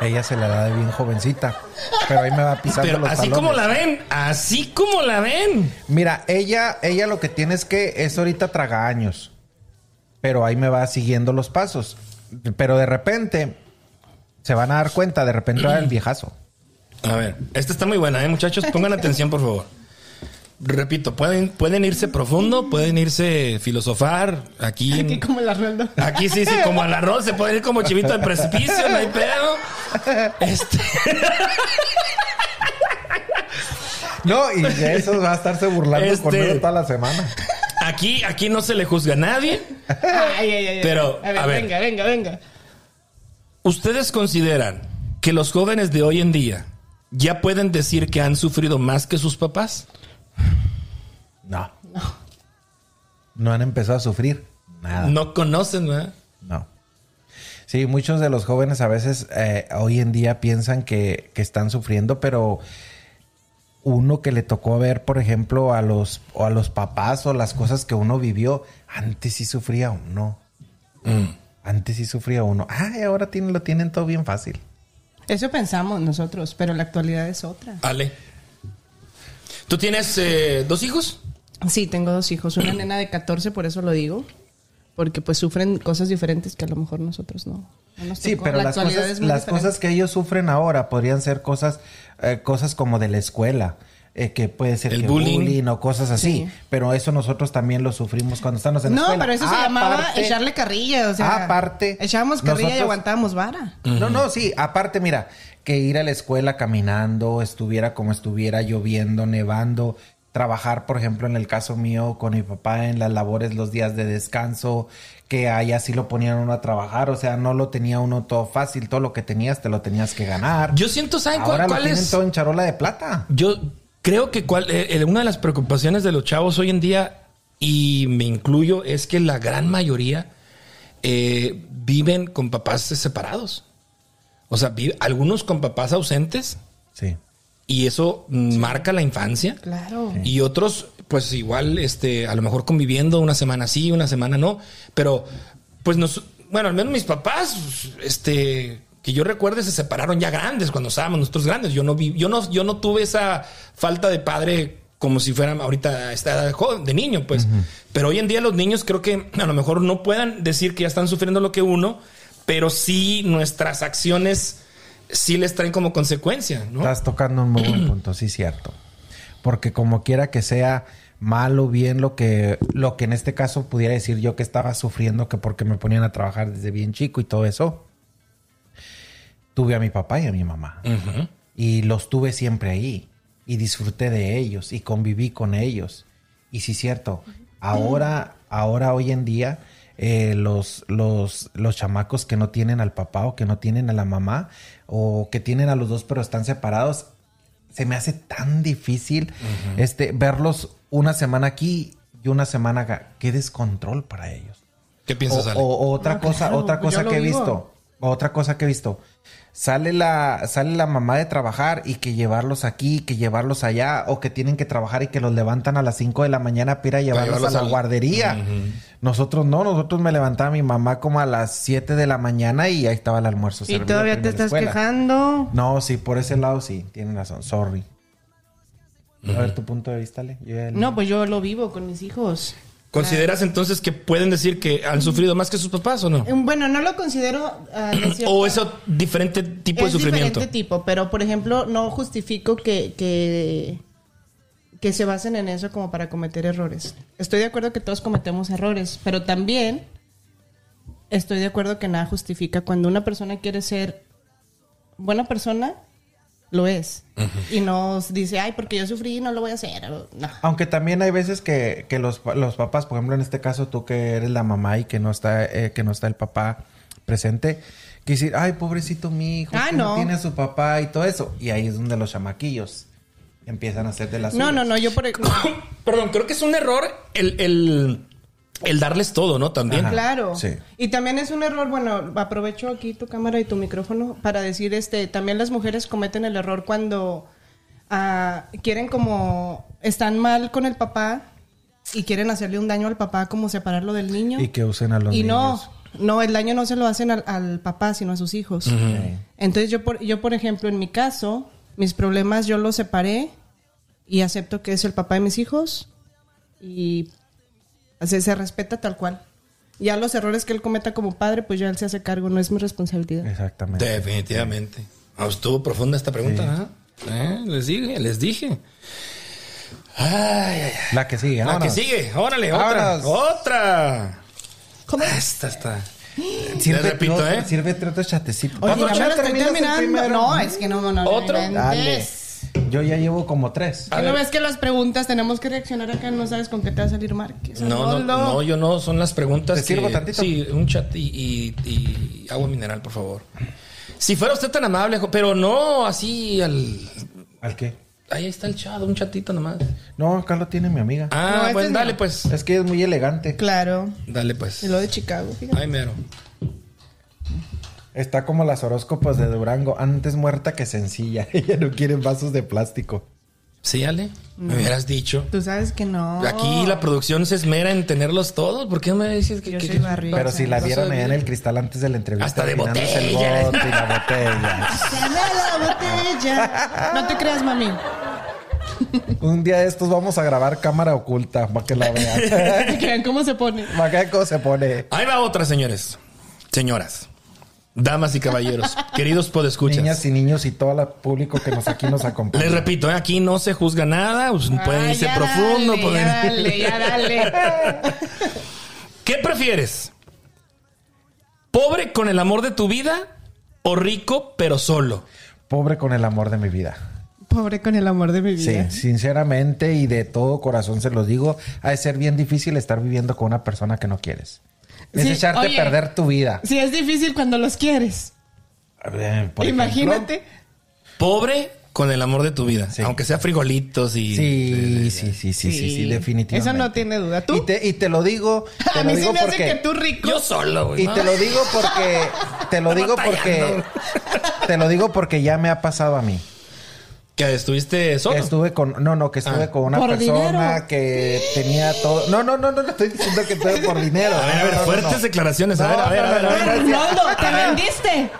[SPEAKER 2] Ella se la da de bien jovencita, pero ahí me va pisando
[SPEAKER 5] Pero
[SPEAKER 2] los
[SPEAKER 5] así
[SPEAKER 2] talones.
[SPEAKER 5] como la ven, así como la ven.
[SPEAKER 2] Mira, ella, ella lo que tiene es que es ahorita traga años, pero ahí me va siguiendo los pasos. Pero de repente se van a dar cuenta, de repente va el viejazo.
[SPEAKER 5] A ver, esta está muy buena, ¿eh, muchachos? Pongan atención, por favor. Repito, pueden, pueden irse profundo, pueden irse filosofar. Aquí, en-
[SPEAKER 6] Aquí como el Arnoldo.
[SPEAKER 5] aquí sí, sí, como al arroz, se puede ir como chivito al precipicio, no hay pedo. Este,
[SPEAKER 2] No, y de eso va a estarse burlando
[SPEAKER 5] Este-
[SPEAKER 2] conmigo toda la semana.
[SPEAKER 5] aquí, aquí no se le juzga a nadie.
[SPEAKER 6] Ay, ay, ay, ay.
[SPEAKER 5] Pero,
[SPEAKER 6] a ver,
[SPEAKER 5] a ver.
[SPEAKER 6] venga, venga, venga.
[SPEAKER 5] ¿Ustedes consideran que los jóvenes de hoy en día ya pueden decir que han sufrido más que sus papás?
[SPEAKER 2] No. No. han empezado a sufrir nada. No.
[SPEAKER 5] No conocen, ¿verdad?
[SPEAKER 2] Sí, muchos de los jóvenes a veces eh, hoy en día piensan que, que están sufriendo, pero uno que le tocó ver, por ejemplo, a los, o a los papás o las cosas que uno vivió, antes sí sufría uno. Antes sí sufría uno. Ay, ahora tienen, lo tienen todo bien fácil.
[SPEAKER 6] Eso pensamos nosotros, pero la actualidad es otra.
[SPEAKER 5] Ale. ¿Tú tienes eh, dos hijos?
[SPEAKER 6] Sí, tengo dos hijos. Una nena de 14, por eso lo digo. Porque pues sufren cosas diferentes que a lo mejor nosotros no. no nos
[SPEAKER 2] Sí,
[SPEAKER 6] tocó.
[SPEAKER 2] pero
[SPEAKER 6] La
[SPEAKER 2] las,
[SPEAKER 6] actualidad
[SPEAKER 2] cosas,
[SPEAKER 6] es muy
[SPEAKER 2] las
[SPEAKER 6] diferente.
[SPEAKER 2] cosas que ellos sufren ahora podrían ser cosas, eh, cosas como de la escuela. eh, que puede ser
[SPEAKER 5] El
[SPEAKER 2] que
[SPEAKER 5] bullying.
[SPEAKER 2] o cosas así.
[SPEAKER 6] Sí.
[SPEAKER 2] Pero eso nosotros también lo sufrimos cuando estamos en la
[SPEAKER 6] No,
[SPEAKER 2] escuela.
[SPEAKER 6] pero eso se
[SPEAKER 2] Aparte-
[SPEAKER 6] llamaba echarle carrilla. O sea,
[SPEAKER 2] Aparte,
[SPEAKER 6] Echábamos carrilla y
[SPEAKER 2] nosotros-
[SPEAKER 6] aguantábamos vara.
[SPEAKER 2] No, no, sí. Aparte, mira, que ir a la escuela caminando, estuviera como estuviera, lloviendo, nevando, trabajar, por ejemplo, en el caso mío con mi papá en las labores los días de descanso, que allá sí lo ponían uno a trabajar, o sea, no lo tenía uno todo fácil, todo lo que tenías te lo tenías que ganar.
[SPEAKER 5] Yo siento, ¿saben cuál-
[SPEAKER 2] Ahora
[SPEAKER 5] cuál,
[SPEAKER 2] lo tienen
[SPEAKER 5] es?
[SPEAKER 2] todo en charola de plata.
[SPEAKER 5] Yo creo que cuál, eh, eh, una de las preocupaciones de los chavos hoy en día, y me incluyo, es que la gran mayoría eh, viven con papás separados. O sea, vi- algunos con papás ausentes,
[SPEAKER 2] Sí.
[SPEAKER 5] y eso mm, marca la infancia.
[SPEAKER 6] Claro.
[SPEAKER 5] Y otros, pues igual, este, a lo mejor conviviendo una semana sí, una semana no. Pero, pues nos, bueno, al menos mis papás, este, que yo recuerde, se separaron ya grandes cuando estábamos nosotros grandes. Yo no vi, yo no, yo no tuve esa falta de padre como si fueran ahorita a esta edad de, joven, de niño, pues. Pero hoy en día los niños creo que a lo mejor no puedan decir que ya están sufriendo lo que uno, pero sí nuestras acciones sí les traen como consecuencia, ¿no?
[SPEAKER 2] Estás tocando un muy buen punto, sí, cierto. Porque como quiera que sea mal o bien lo que, lo que en este caso pudiera decir yo que estaba sufriendo, que porque me ponían a trabajar desde bien chico y todo eso, tuve a mi papá y a mi mamá.
[SPEAKER 5] Mm.
[SPEAKER 2] Y los tuve siempre ahí. Y disfruté de ellos y conviví con ellos. Y sí, cierto. Ahora, ahora hoy en día, eh, los, los, los chamacos que no tienen al papá o que no tienen a la mamá o que tienen a los dos pero están separados, se me hace tan difícil este, verlos una semana aquí y una semana acá. Qué descontrol para ellos.
[SPEAKER 5] ¿Qué
[SPEAKER 2] O,
[SPEAKER 5] piensas, Ale?
[SPEAKER 2] o- o otra
[SPEAKER 6] No,
[SPEAKER 2] cosa,
[SPEAKER 6] claro,
[SPEAKER 2] otra
[SPEAKER 6] pues yo
[SPEAKER 2] cosa
[SPEAKER 6] lo
[SPEAKER 2] que he
[SPEAKER 6] vivo.
[SPEAKER 2] visto. Otra cosa que he visto. Sale la, sale la mamá de trabajar y que llevarlos aquí, que llevarlos allá, o que tienen que trabajar y que los levantan a las 5 de la mañana para ir a llevarlos,
[SPEAKER 5] llevarlos
[SPEAKER 2] a la
[SPEAKER 5] al-
[SPEAKER 2] guardería. Nosotros no, nosotros me levantaba mi mamá como a las 7 de la mañana y ahí estaba el
[SPEAKER 5] pues,
[SPEAKER 2] almuerzo.
[SPEAKER 6] Y
[SPEAKER 2] servido
[SPEAKER 6] todavía
[SPEAKER 2] para
[SPEAKER 6] te
[SPEAKER 2] irme a la
[SPEAKER 6] estás
[SPEAKER 2] escuela.
[SPEAKER 6] quejando.
[SPEAKER 2] No, sí, por ese lado sí, tienen razón. Sorry. A ver tu punto de vista, Ale. Yo ya le-
[SPEAKER 6] No, pues yo lo vivo con mis hijos.
[SPEAKER 5] ¿Consideras entonces que pueden decir que han sufrido más que sus papás o no?
[SPEAKER 6] Eh, Bueno, no lo considero. ah, de cierto-
[SPEAKER 5] ¿O es otro diferente tipo
[SPEAKER 6] es
[SPEAKER 5] de sufrimiento?
[SPEAKER 6] diferente tipo, pero por ejemplo, no justifico que, que, que se basen en eso como para cometer errores. Estoy de acuerdo que todos cometemos errores, pero también estoy de acuerdo que nada justifica. Cuando una persona quiere ser buena persona, lo es. Y nos dice, ay, porque yo sufrí, no lo voy a hacer. o- No.
[SPEAKER 2] Aunque también hay veces que, que los, pa- los papás, por ejemplo, en este caso tú que eres la mamá y que no está, eh, que no está el papá presente, que decir, ay, pobrecito mi hijo,
[SPEAKER 6] Ah,
[SPEAKER 2] que no.
[SPEAKER 6] no.
[SPEAKER 2] tiene a su papá y todo eso. Y ahí es donde los chamaquillos empiezan a hacer de las
[SPEAKER 6] No,
[SPEAKER 2] suyas.
[SPEAKER 6] no, no, yo por
[SPEAKER 5] Perdón, creo que es un error el, el, el darles todo, ¿no? También.
[SPEAKER 2] Ajá.
[SPEAKER 6] Claro.
[SPEAKER 2] sí.
[SPEAKER 6] Y también es un error, bueno, aprovecho aquí tu cámara y tu micrófono para decir, este, también las mujeres cometen el error cuando ah, quieren como, están mal con el papá y quieren hacerle un daño al papá, como separarlo del niño.
[SPEAKER 2] Y que usen a los
[SPEAKER 6] Y
[SPEAKER 2] niños.
[SPEAKER 6] no, no, el daño no se lo hacen al, al papá, sino a sus hijos.
[SPEAKER 2] Sí.
[SPEAKER 6] Entonces yo por, yo, por ejemplo, en mi caso, mis problemas yo los separé y acepto que es el papá de mis hijos y se, se respeta tal cual. Ya los errores que él cometa como padre, pues ya él se hace cargo, no es mi responsabilidad.
[SPEAKER 2] Eh. Exactamente.
[SPEAKER 5] Definitivamente. Ah, estuvo profunda esta pregunta, ¿eh? Eh, Les dije, les dije. Ay, ay, ay.
[SPEAKER 2] La que sigue,
[SPEAKER 5] La que
[SPEAKER 2] vámonos.
[SPEAKER 5] sigue, órale, otra,
[SPEAKER 2] Vámonos.
[SPEAKER 5] otra. ¿Cómo? Esta está.
[SPEAKER 2] Sírvete
[SPEAKER 5] Les repito,
[SPEAKER 2] otro-
[SPEAKER 5] ¿eh?
[SPEAKER 2] Sírvete otro chatecito.
[SPEAKER 6] Oye,
[SPEAKER 5] Vamos,
[SPEAKER 6] ya me
[SPEAKER 5] Chela,
[SPEAKER 6] lo estoy
[SPEAKER 2] ¿terminas el
[SPEAKER 6] terminando.
[SPEAKER 2] primero?
[SPEAKER 6] No, es que no, no, no.
[SPEAKER 5] ¿Otro?
[SPEAKER 6] no
[SPEAKER 2] Dale.
[SPEAKER 6] inventes.
[SPEAKER 2] Yo ya llevo como tres.
[SPEAKER 5] A
[SPEAKER 6] ¿Qué no
[SPEAKER 5] ver.
[SPEAKER 6] ves que las preguntas tenemos que reaccionar acá? No sabes con qué te va a salir Márquez.
[SPEAKER 5] No, no,
[SPEAKER 6] Arnoldo.
[SPEAKER 5] no, yo no, son las preguntas.
[SPEAKER 2] ¿Te sirvo
[SPEAKER 5] que-
[SPEAKER 2] tantito?
[SPEAKER 5] Sí, un chat y, y- y agua mineral, por favor. Si fuera usted tan amable, jo- pero no así al.
[SPEAKER 2] ¿Al qué?
[SPEAKER 5] Ahí está el chat, un chatito nomás.
[SPEAKER 2] No, acá lo tiene mi amiga.
[SPEAKER 6] No,
[SPEAKER 5] Ah,
[SPEAKER 6] este
[SPEAKER 5] bueno,
[SPEAKER 6] es
[SPEAKER 5] dale
[SPEAKER 6] mío.
[SPEAKER 5] pues.
[SPEAKER 2] Es que es muy elegante.
[SPEAKER 6] Claro.
[SPEAKER 5] Dale pues.
[SPEAKER 6] Y lo de Chicago, fíjate.
[SPEAKER 5] Ay, mero.
[SPEAKER 2] Está como las horóscopos de Durango, antes muerta que sencilla. Ella no quiere vasos de plástico.
[SPEAKER 5] Sí, Ale, me hubieras dicho.
[SPEAKER 6] Tú sabes que no.
[SPEAKER 5] Aquí la producción se esmera en tenerlos todos. ¿Por qué no me dices que.?
[SPEAKER 6] Yo
[SPEAKER 5] que-
[SPEAKER 6] soy barriga.
[SPEAKER 2] Pero si la
[SPEAKER 5] Vaso
[SPEAKER 2] vieron
[SPEAKER 5] de
[SPEAKER 2] allá en
[SPEAKER 5] vidrio.
[SPEAKER 2] el cristal antes de la entrevista.
[SPEAKER 5] Hasta de
[SPEAKER 2] mirándose el
[SPEAKER 5] botella.
[SPEAKER 2] bote y la botella.
[SPEAKER 6] Sana la botella. No te creas, mami.
[SPEAKER 2] Un día de estos vamos a grabar cámara oculta para que la vean.
[SPEAKER 6] Te crean cómo se pone.
[SPEAKER 2] Para que cómo se pone.
[SPEAKER 5] Ahí va otra, señores. Señoras. Damas y caballeros. queridos podescuchas.
[SPEAKER 2] Niñas y niños y todo el público que nos aquí nos
[SPEAKER 5] Les
[SPEAKER 2] acompaña.
[SPEAKER 5] repito, ¿eh? aquí no se juzga nada, pues, pueden
[SPEAKER 6] Ay,
[SPEAKER 5] irse
[SPEAKER 6] Ah, ya
[SPEAKER 5] profundo.
[SPEAKER 6] dale,
[SPEAKER 5] pueden-
[SPEAKER 6] Ya dale, ya dale.
[SPEAKER 5] ¿Qué prefieres? ¿Pobre con el amor de tu vida o rico pero solo?
[SPEAKER 2] Pobre con el amor de mi vida.
[SPEAKER 6] Pobre con el amor de mi
[SPEAKER 2] Sí,
[SPEAKER 6] vida.
[SPEAKER 2] sinceramente y de todo corazón se los digo, ha de ser bien difícil estar viviendo con una persona que no quieres. Es
[SPEAKER 6] Sí,
[SPEAKER 2] echarte
[SPEAKER 6] oye.
[SPEAKER 2] a perder tu vida.
[SPEAKER 6] Sí, es difícil cuando los quieres.
[SPEAKER 2] A ver, por ejemplo,
[SPEAKER 6] Imagínate.
[SPEAKER 5] Pobre con el amor de tu vida,
[SPEAKER 2] Sí.
[SPEAKER 5] aunque sea frijolitos y...
[SPEAKER 2] Sí, sí, sí, sí, sí, sí,
[SPEAKER 6] Sí.
[SPEAKER 2] definitivamente.
[SPEAKER 6] Eso no tiene duda. ¿Tú?
[SPEAKER 2] Y te, y te lo digo. Te
[SPEAKER 6] A
[SPEAKER 2] lo
[SPEAKER 6] mí sí
[SPEAKER 2] digo
[SPEAKER 6] me hace
[SPEAKER 2] porque-
[SPEAKER 6] que tú rico.
[SPEAKER 5] Yo solo, güey.
[SPEAKER 2] Y
[SPEAKER 5] ¿no?
[SPEAKER 2] te lo digo porque. Te lo digo porque. Te lo digo porque ya me ha pasado a mí.
[SPEAKER 5] Que estuviste
[SPEAKER 2] Que
[SPEAKER 5] solo.
[SPEAKER 2] estuve con. No, no, que estuve
[SPEAKER 5] Ah.
[SPEAKER 2] con una
[SPEAKER 6] Por
[SPEAKER 2] persona
[SPEAKER 6] dinero.
[SPEAKER 2] que tenía todo. No, no, no, no, no estoy diciendo que estuve por dinero.
[SPEAKER 5] A ver, a ver,
[SPEAKER 2] No, no, no,
[SPEAKER 5] fuertes
[SPEAKER 2] no.
[SPEAKER 5] declaraciones. A ver, a ver, a ver, a ver.
[SPEAKER 6] Arnoldo, te vendiste.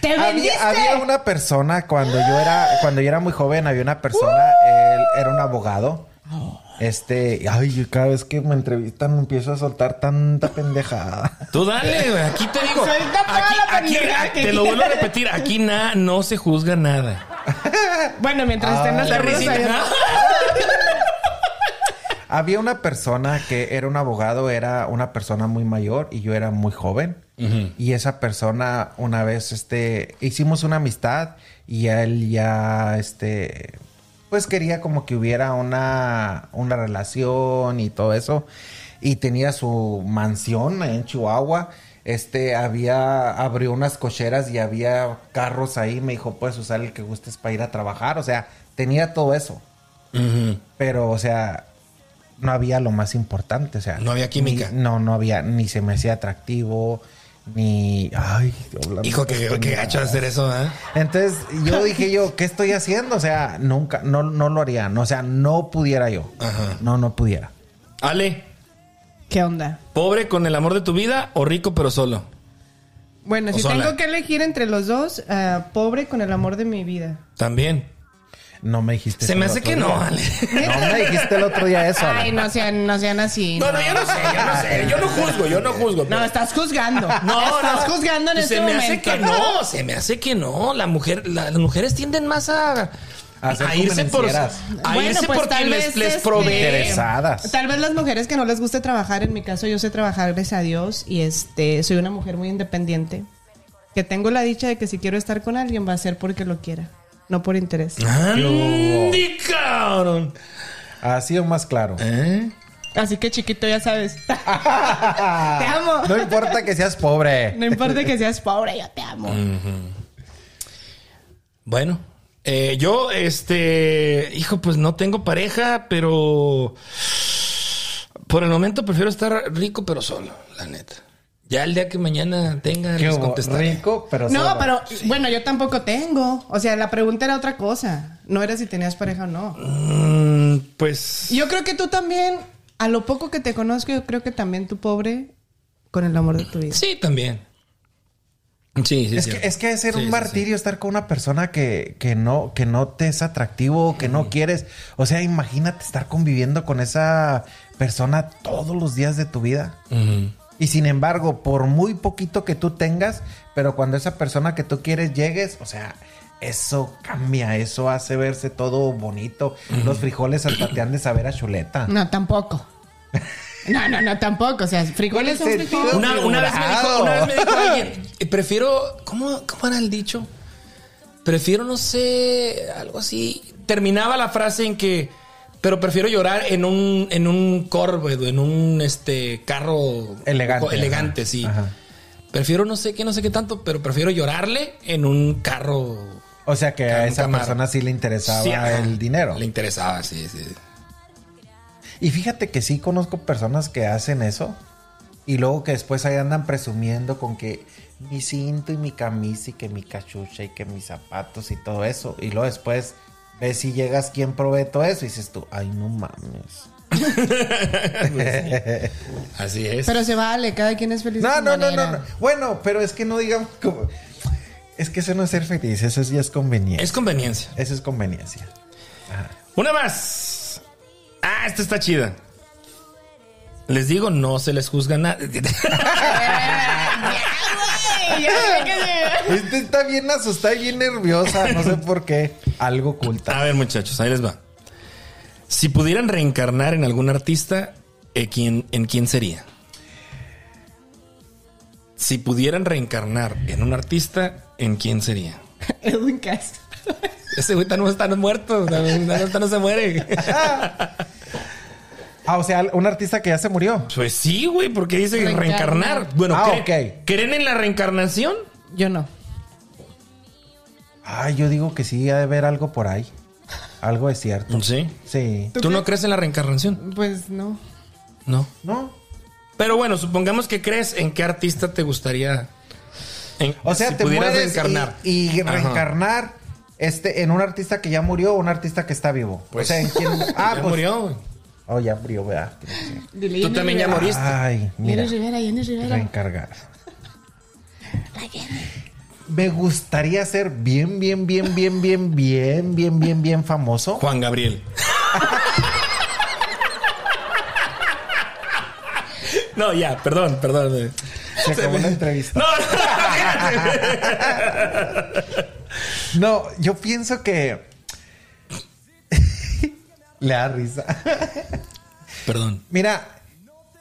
[SPEAKER 6] Te vendiste.
[SPEAKER 2] Había, había una persona cuando yo era cuando yo era muy joven había una persona
[SPEAKER 6] ¡Uh!
[SPEAKER 2] él era un abogado este ay yo cada vez que me entrevistan empiezo a soltar tanta pendejada
[SPEAKER 5] Tú dale, güey. Aquí te digo.
[SPEAKER 6] Suelta toda
[SPEAKER 5] Aquí, aquí-
[SPEAKER 6] la
[SPEAKER 5] ah,
[SPEAKER 6] pendejada que
[SPEAKER 5] te lo vuelvo a
[SPEAKER 6] quieras.
[SPEAKER 5] repetir. Aquí nada, no se juzga nada.
[SPEAKER 6] Bueno, mientras estén
[SPEAKER 2] Ah,
[SPEAKER 6] las
[SPEAKER 5] La
[SPEAKER 6] armas allá.
[SPEAKER 5] risita.
[SPEAKER 2] Había una persona que era un abogado, era una persona muy mayor y yo era muy joven. Y esa persona una vez, este, hicimos una amistad y él ya, este, pues quería como que hubiera una, una relación y todo eso. Y tenía su mansión en Chihuahua. Este, había, abrió unas cocheras y había carros ahí. Me dijo, puedes usar el que gustes para ir a trabajar. O sea, tenía todo eso. Pero, o sea, no había lo más importante. O sea,
[SPEAKER 5] No había química.
[SPEAKER 2] ni- no, no había, ni se me hacía atractivo, ni. Ay, hablando
[SPEAKER 5] Hijo, que, que gacho hacer eso, ¿eh?
[SPEAKER 2] Entonces yo dije yo, ¿qué estoy haciendo? O sea, nunca, no, no lo haría. No, o sea, no pudiera yo.
[SPEAKER 5] Ajá.
[SPEAKER 2] No, no pudiera.
[SPEAKER 5] Ale,
[SPEAKER 6] ¿Qué onda?
[SPEAKER 5] ¿pobre con el amor de tu vida o rico pero solo?
[SPEAKER 6] Bueno,
[SPEAKER 5] O
[SPEAKER 6] si
[SPEAKER 5] sola.
[SPEAKER 6] tengo que elegir entre los dos, ah, pobre con el amor de mi vida.
[SPEAKER 5] También.
[SPEAKER 2] No me dijiste
[SPEAKER 5] Se
[SPEAKER 2] eso
[SPEAKER 5] me
[SPEAKER 2] el
[SPEAKER 5] hace
[SPEAKER 2] otro
[SPEAKER 5] que no,
[SPEAKER 2] día.
[SPEAKER 5] Ale.
[SPEAKER 2] No me dijiste el otro día eso. Ale.
[SPEAKER 6] Ay, no sean, no sean así.
[SPEAKER 5] No, no, yo no sé, yo no sé. Yo no juzgo, yo no juzgo.
[SPEAKER 6] No, estás juzgando. estás juzgando en
[SPEAKER 5] se
[SPEAKER 6] este
[SPEAKER 5] me
[SPEAKER 6] momento.
[SPEAKER 5] hace que no, se me hace que no. La mujer, la- las mujeres tienden más a,
[SPEAKER 2] A ser
[SPEAKER 5] irse por a
[SPEAKER 2] convenencieras.
[SPEAKER 6] Bueno,
[SPEAKER 5] irse
[SPEAKER 6] pues,
[SPEAKER 5] porque
[SPEAKER 6] tal
[SPEAKER 5] les,
[SPEAKER 6] vez,
[SPEAKER 5] les
[SPEAKER 6] este,
[SPEAKER 5] provee.
[SPEAKER 2] Interesadas.
[SPEAKER 6] Tal vez las mujeres que no les guste trabajar, en mi caso yo sé trabajar, gracias a Dios, y este, soy una mujer muy independiente, que tengo la dicha de que si quiero estar con alguien va a ser porque lo quiera. no por interés.
[SPEAKER 5] Andy, cabrón.
[SPEAKER 2] Así o más claro.
[SPEAKER 5] ¿Eh?
[SPEAKER 6] Así que chiquito, ya sabes. te amo.
[SPEAKER 2] No importa que seas pobre.
[SPEAKER 6] No importa que seas pobre, yo te amo.
[SPEAKER 5] Bueno, eh, yo, este, hijo, pues no tengo pareja, pero por el momento prefiero estar rico pero solo, la neta. Ya el día que mañana tenga,
[SPEAKER 2] Qué
[SPEAKER 5] les
[SPEAKER 2] hubo,
[SPEAKER 5] contestaré.
[SPEAKER 2] rico, pero
[SPEAKER 6] No,
[SPEAKER 2] solo.
[SPEAKER 6] pero bueno, yo tampoco tengo. O sea, la pregunta era otra cosa. No era si tenías pareja o no.
[SPEAKER 5] Mm, pues
[SPEAKER 6] Yo creo que tú también, a lo poco que te conozco, yo creo que también tú pobre con el amor de tu vida.
[SPEAKER 5] sí, también. Sí, sí,
[SPEAKER 2] Es
[SPEAKER 5] sí.
[SPEAKER 2] que, es que es ser
[SPEAKER 5] Sí,
[SPEAKER 2] un
[SPEAKER 5] sí,
[SPEAKER 2] martirio estar con una persona que, que no, que no te es atractivo, que no quieres. O sea, imagínate estar conviviendo con esa persona todos los días de tu vida.
[SPEAKER 5] sí. Ujú.
[SPEAKER 2] Y sin embargo, por muy poquito que tú tengas, pero cuando esa persona que tú quieres llegues, o sea, eso cambia, eso hace verse todo bonito. Los frijoles al tateán de saber a chuleta.
[SPEAKER 6] No, tampoco. No, no, no, tampoco. O sea, frijoles son
[SPEAKER 2] ¿Cuál es el
[SPEAKER 6] frijoles.
[SPEAKER 2] sentido?
[SPEAKER 5] Una, una vez me dijo,
[SPEAKER 2] Figurado.
[SPEAKER 5] una vez me dijo alguien, eh, prefiero, ¿cómo, ¿cómo era el dicho? Prefiero, no sé, algo así. Terminaba la frase en que, pero prefiero llorar en un, en un Corvette, en un este, carro
[SPEAKER 2] Elegante.
[SPEAKER 5] co- elegante, sí.
[SPEAKER 2] Ajá.
[SPEAKER 5] Prefiero no sé qué, no sé qué tanto, pero prefiero llorarle en un carro.
[SPEAKER 2] O sea que a
[SPEAKER 5] Un
[SPEAKER 2] esa
[SPEAKER 5] Camaro.
[SPEAKER 2] persona sí le interesaba
[SPEAKER 5] Sí, ajá.
[SPEAKER 2] el dinero.
[SPEAKER 5] Le interesaba, sí, sí.
[SPEAKER 2] Y fíjate que sí conozco personas que hacen eso. Y luego que después ahí andan presumiendo con que mi cinto y mi camisa y que mi cachucha y que mis zapatos y todo eso. Y luego después ves si llegas quién provee todo eso. Y dices tú, ay, no mames.
[SPEAKER 5] Pues Así es.
[SPEAKER 6] Pero se vale, cada quien es feliz. de
[SPEAKER 2] No,
[SPEAKER 6] su
[SPEAKER 2] no, no,
[SPEAKER 6] manera.
[SPEAKER 2] no, no. Bueno, pero es que no digamos como... Es que eso no es ser feliz, eso es- ya es conveniencia.
[SPEAKER 5] es conveniencia.
[SPEAKER 2] Eso es conveniencia.
[SPEAKER 5] Una más. Ah, esta está chida. Les digo, no se les juzga nada.
[SPEAKER 6] Ay, ya sé que se-
[SPEAKER 2] Este está bien asustada y bien nerviosa, no sé por qué. Algo oculta.
[SPEAKER 5] A ver, muchachos, ahí les va. Si pudieran reencarnar en algún artista, ¿eh, quién- ¿en quién sería? Si pudieran reencarnar en un artista, ¿en quién sería?
[SPEAKER 6] Edwin Cass.
[SPEAKER 5] Ese güey tan- no está muerto, tan- tan- tan no se muere.
[SPEAKER 2] Ah, o sea, un artista que ya se murió.
[SPEAKER 5] Pues sí, güey, porque dice
[SPEAKER 6] Reencarnar.
[SPEAKER 5] reencarnar. Bueno,
[SPEAKER 2] Ah,
[SPEAKER 5] ¿creen-
[SPEAKER 2] ok.
[SPEAKER 5] ¿creen en la reencarnación?
[SPEAKER 6] Yo no.
[SPEAKER 2] Ah, yo digo que sí, ha de haber algo por ahí. Algo es cierto.
[SPEAKER 5] Sí.
[SPEAKER 2] Sí.
[SPEAKER 5] ¿Tú no crees en la reencarnación?
[SPEAKER 6] Pues no.
[SPEAKER 5] No.
[SPEAKER 2] ¿No?
[SPEAKER 5] Pero bueno, supongamos que crees en qué artista te gustaría. en-
[SPEAKER 2] O sea,
[SPEAKER 5] si
[SPEAKER 2] te
[SPEAKER 5] pudieras
[SPEAKER 2] mueres
[SPEAKER 5] reencarnar.
[SPEAKER 2] y, y
[SPEAKER 5] Ajá.
[SPEAKER 2] reencarnar este, en un artista que ya murió o un artista que está vivo.
[SPEAKER 5] Pues-
[SPEAKER 2] o sea, ¿en quién? Ah,
[SPEAKER 5] Ya
[SPEAKER 2] pues.
[SPEAKER 5] murió. güey.
[SPEAKER 2] Oh, ya murió, ¿verdad?
[SPEAKER 6] Dile,
[SPEAKER 5] Tú
[SPEAKER 6] Jenny
[SPEAKER 5] también ya
[SPEAKER 6] Rivera.
[SPEAKER 5] moriste.
[SPEAKER 2] Ay, mira.
[SPEAKER 6] Jenny Rivera, Jenny Rivera.
[SPEAKER 2] Reencargar. Me gustaría ser bien, bien, bien, bien, bien, bien, bien, bien, bien famoso.
[SPEAKER 5] Juan Gabriel. no, ya, perdón, perdón. güey.
[SPEAKER 2] Se acabó la entrevista.
[SPEAKER 5] No,
[SPEAKER 2] No, yo pienso que. Le da risa.
[SPEAKER 5] perdón.
[SPEAKER 2] Mira,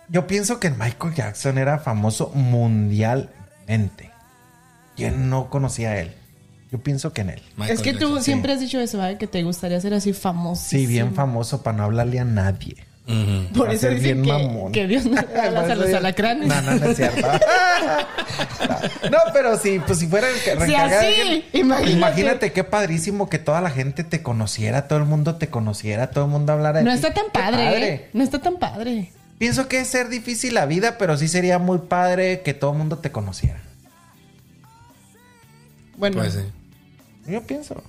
[SPEAKER 2] yo pienso que Michael Jackson era famoso mundialmente. ¿Quién no conocía a él? Yo pienso que en él.
[SPEAKER 5] Michael
[SPEAKER 6] Es que tú
[SPEAKER 5] Jackson.
[SPEAKER 6] siempre has dicho eso, ¿verdad? Que te gustaría ser así famoso.
[SPEAKER 2] Sí, bien famoso para no hablarle a nadie.
[SPEAKER 5] Ujú.
[SPEAKER 6] Por
[SPEAKER 2] Va a
[SPEAKER 6] eso
[SPEAKER 2] ser
[SPEAKER 6] dicen
[SPEAKER 2] bien
[SPEAKER 6] que,
[SPEAKER 2] mamón.
[SPEAKER 6] que Dios no le hablas a los alacranes.
[SPEAKER 2] No, no, no es cierto. no, pero si, pues, si fuera el que
[SPEAKER 6] Si
[SPEAKER 2] reencargado de
[SPEAKER 6] así,
[SPEAKER 2] alguien,
[SPEAKER 6] imagínate.
[SPEAKER 2] imagínate qué padrísimo que toda la gente te conociera, todo el mundo te conociera, todo el mundo hablara de
[SPEAKER 6] No
[SPEAKER 2] ti.
[SPEAKER 6] está tan
[SPEAKER 2] Qué
[SPEAKER 6] padre, ¿eh? No está tan padre.
[SPEAKER 2] Pienso que es ser difícil la vida, pero sí sería muy padre que todo el mundo te conociera.
[SPEAKER 6] Bueno,
[SPEAKER 5] Pues sí.
[SPEAKER 2] Yo pienso.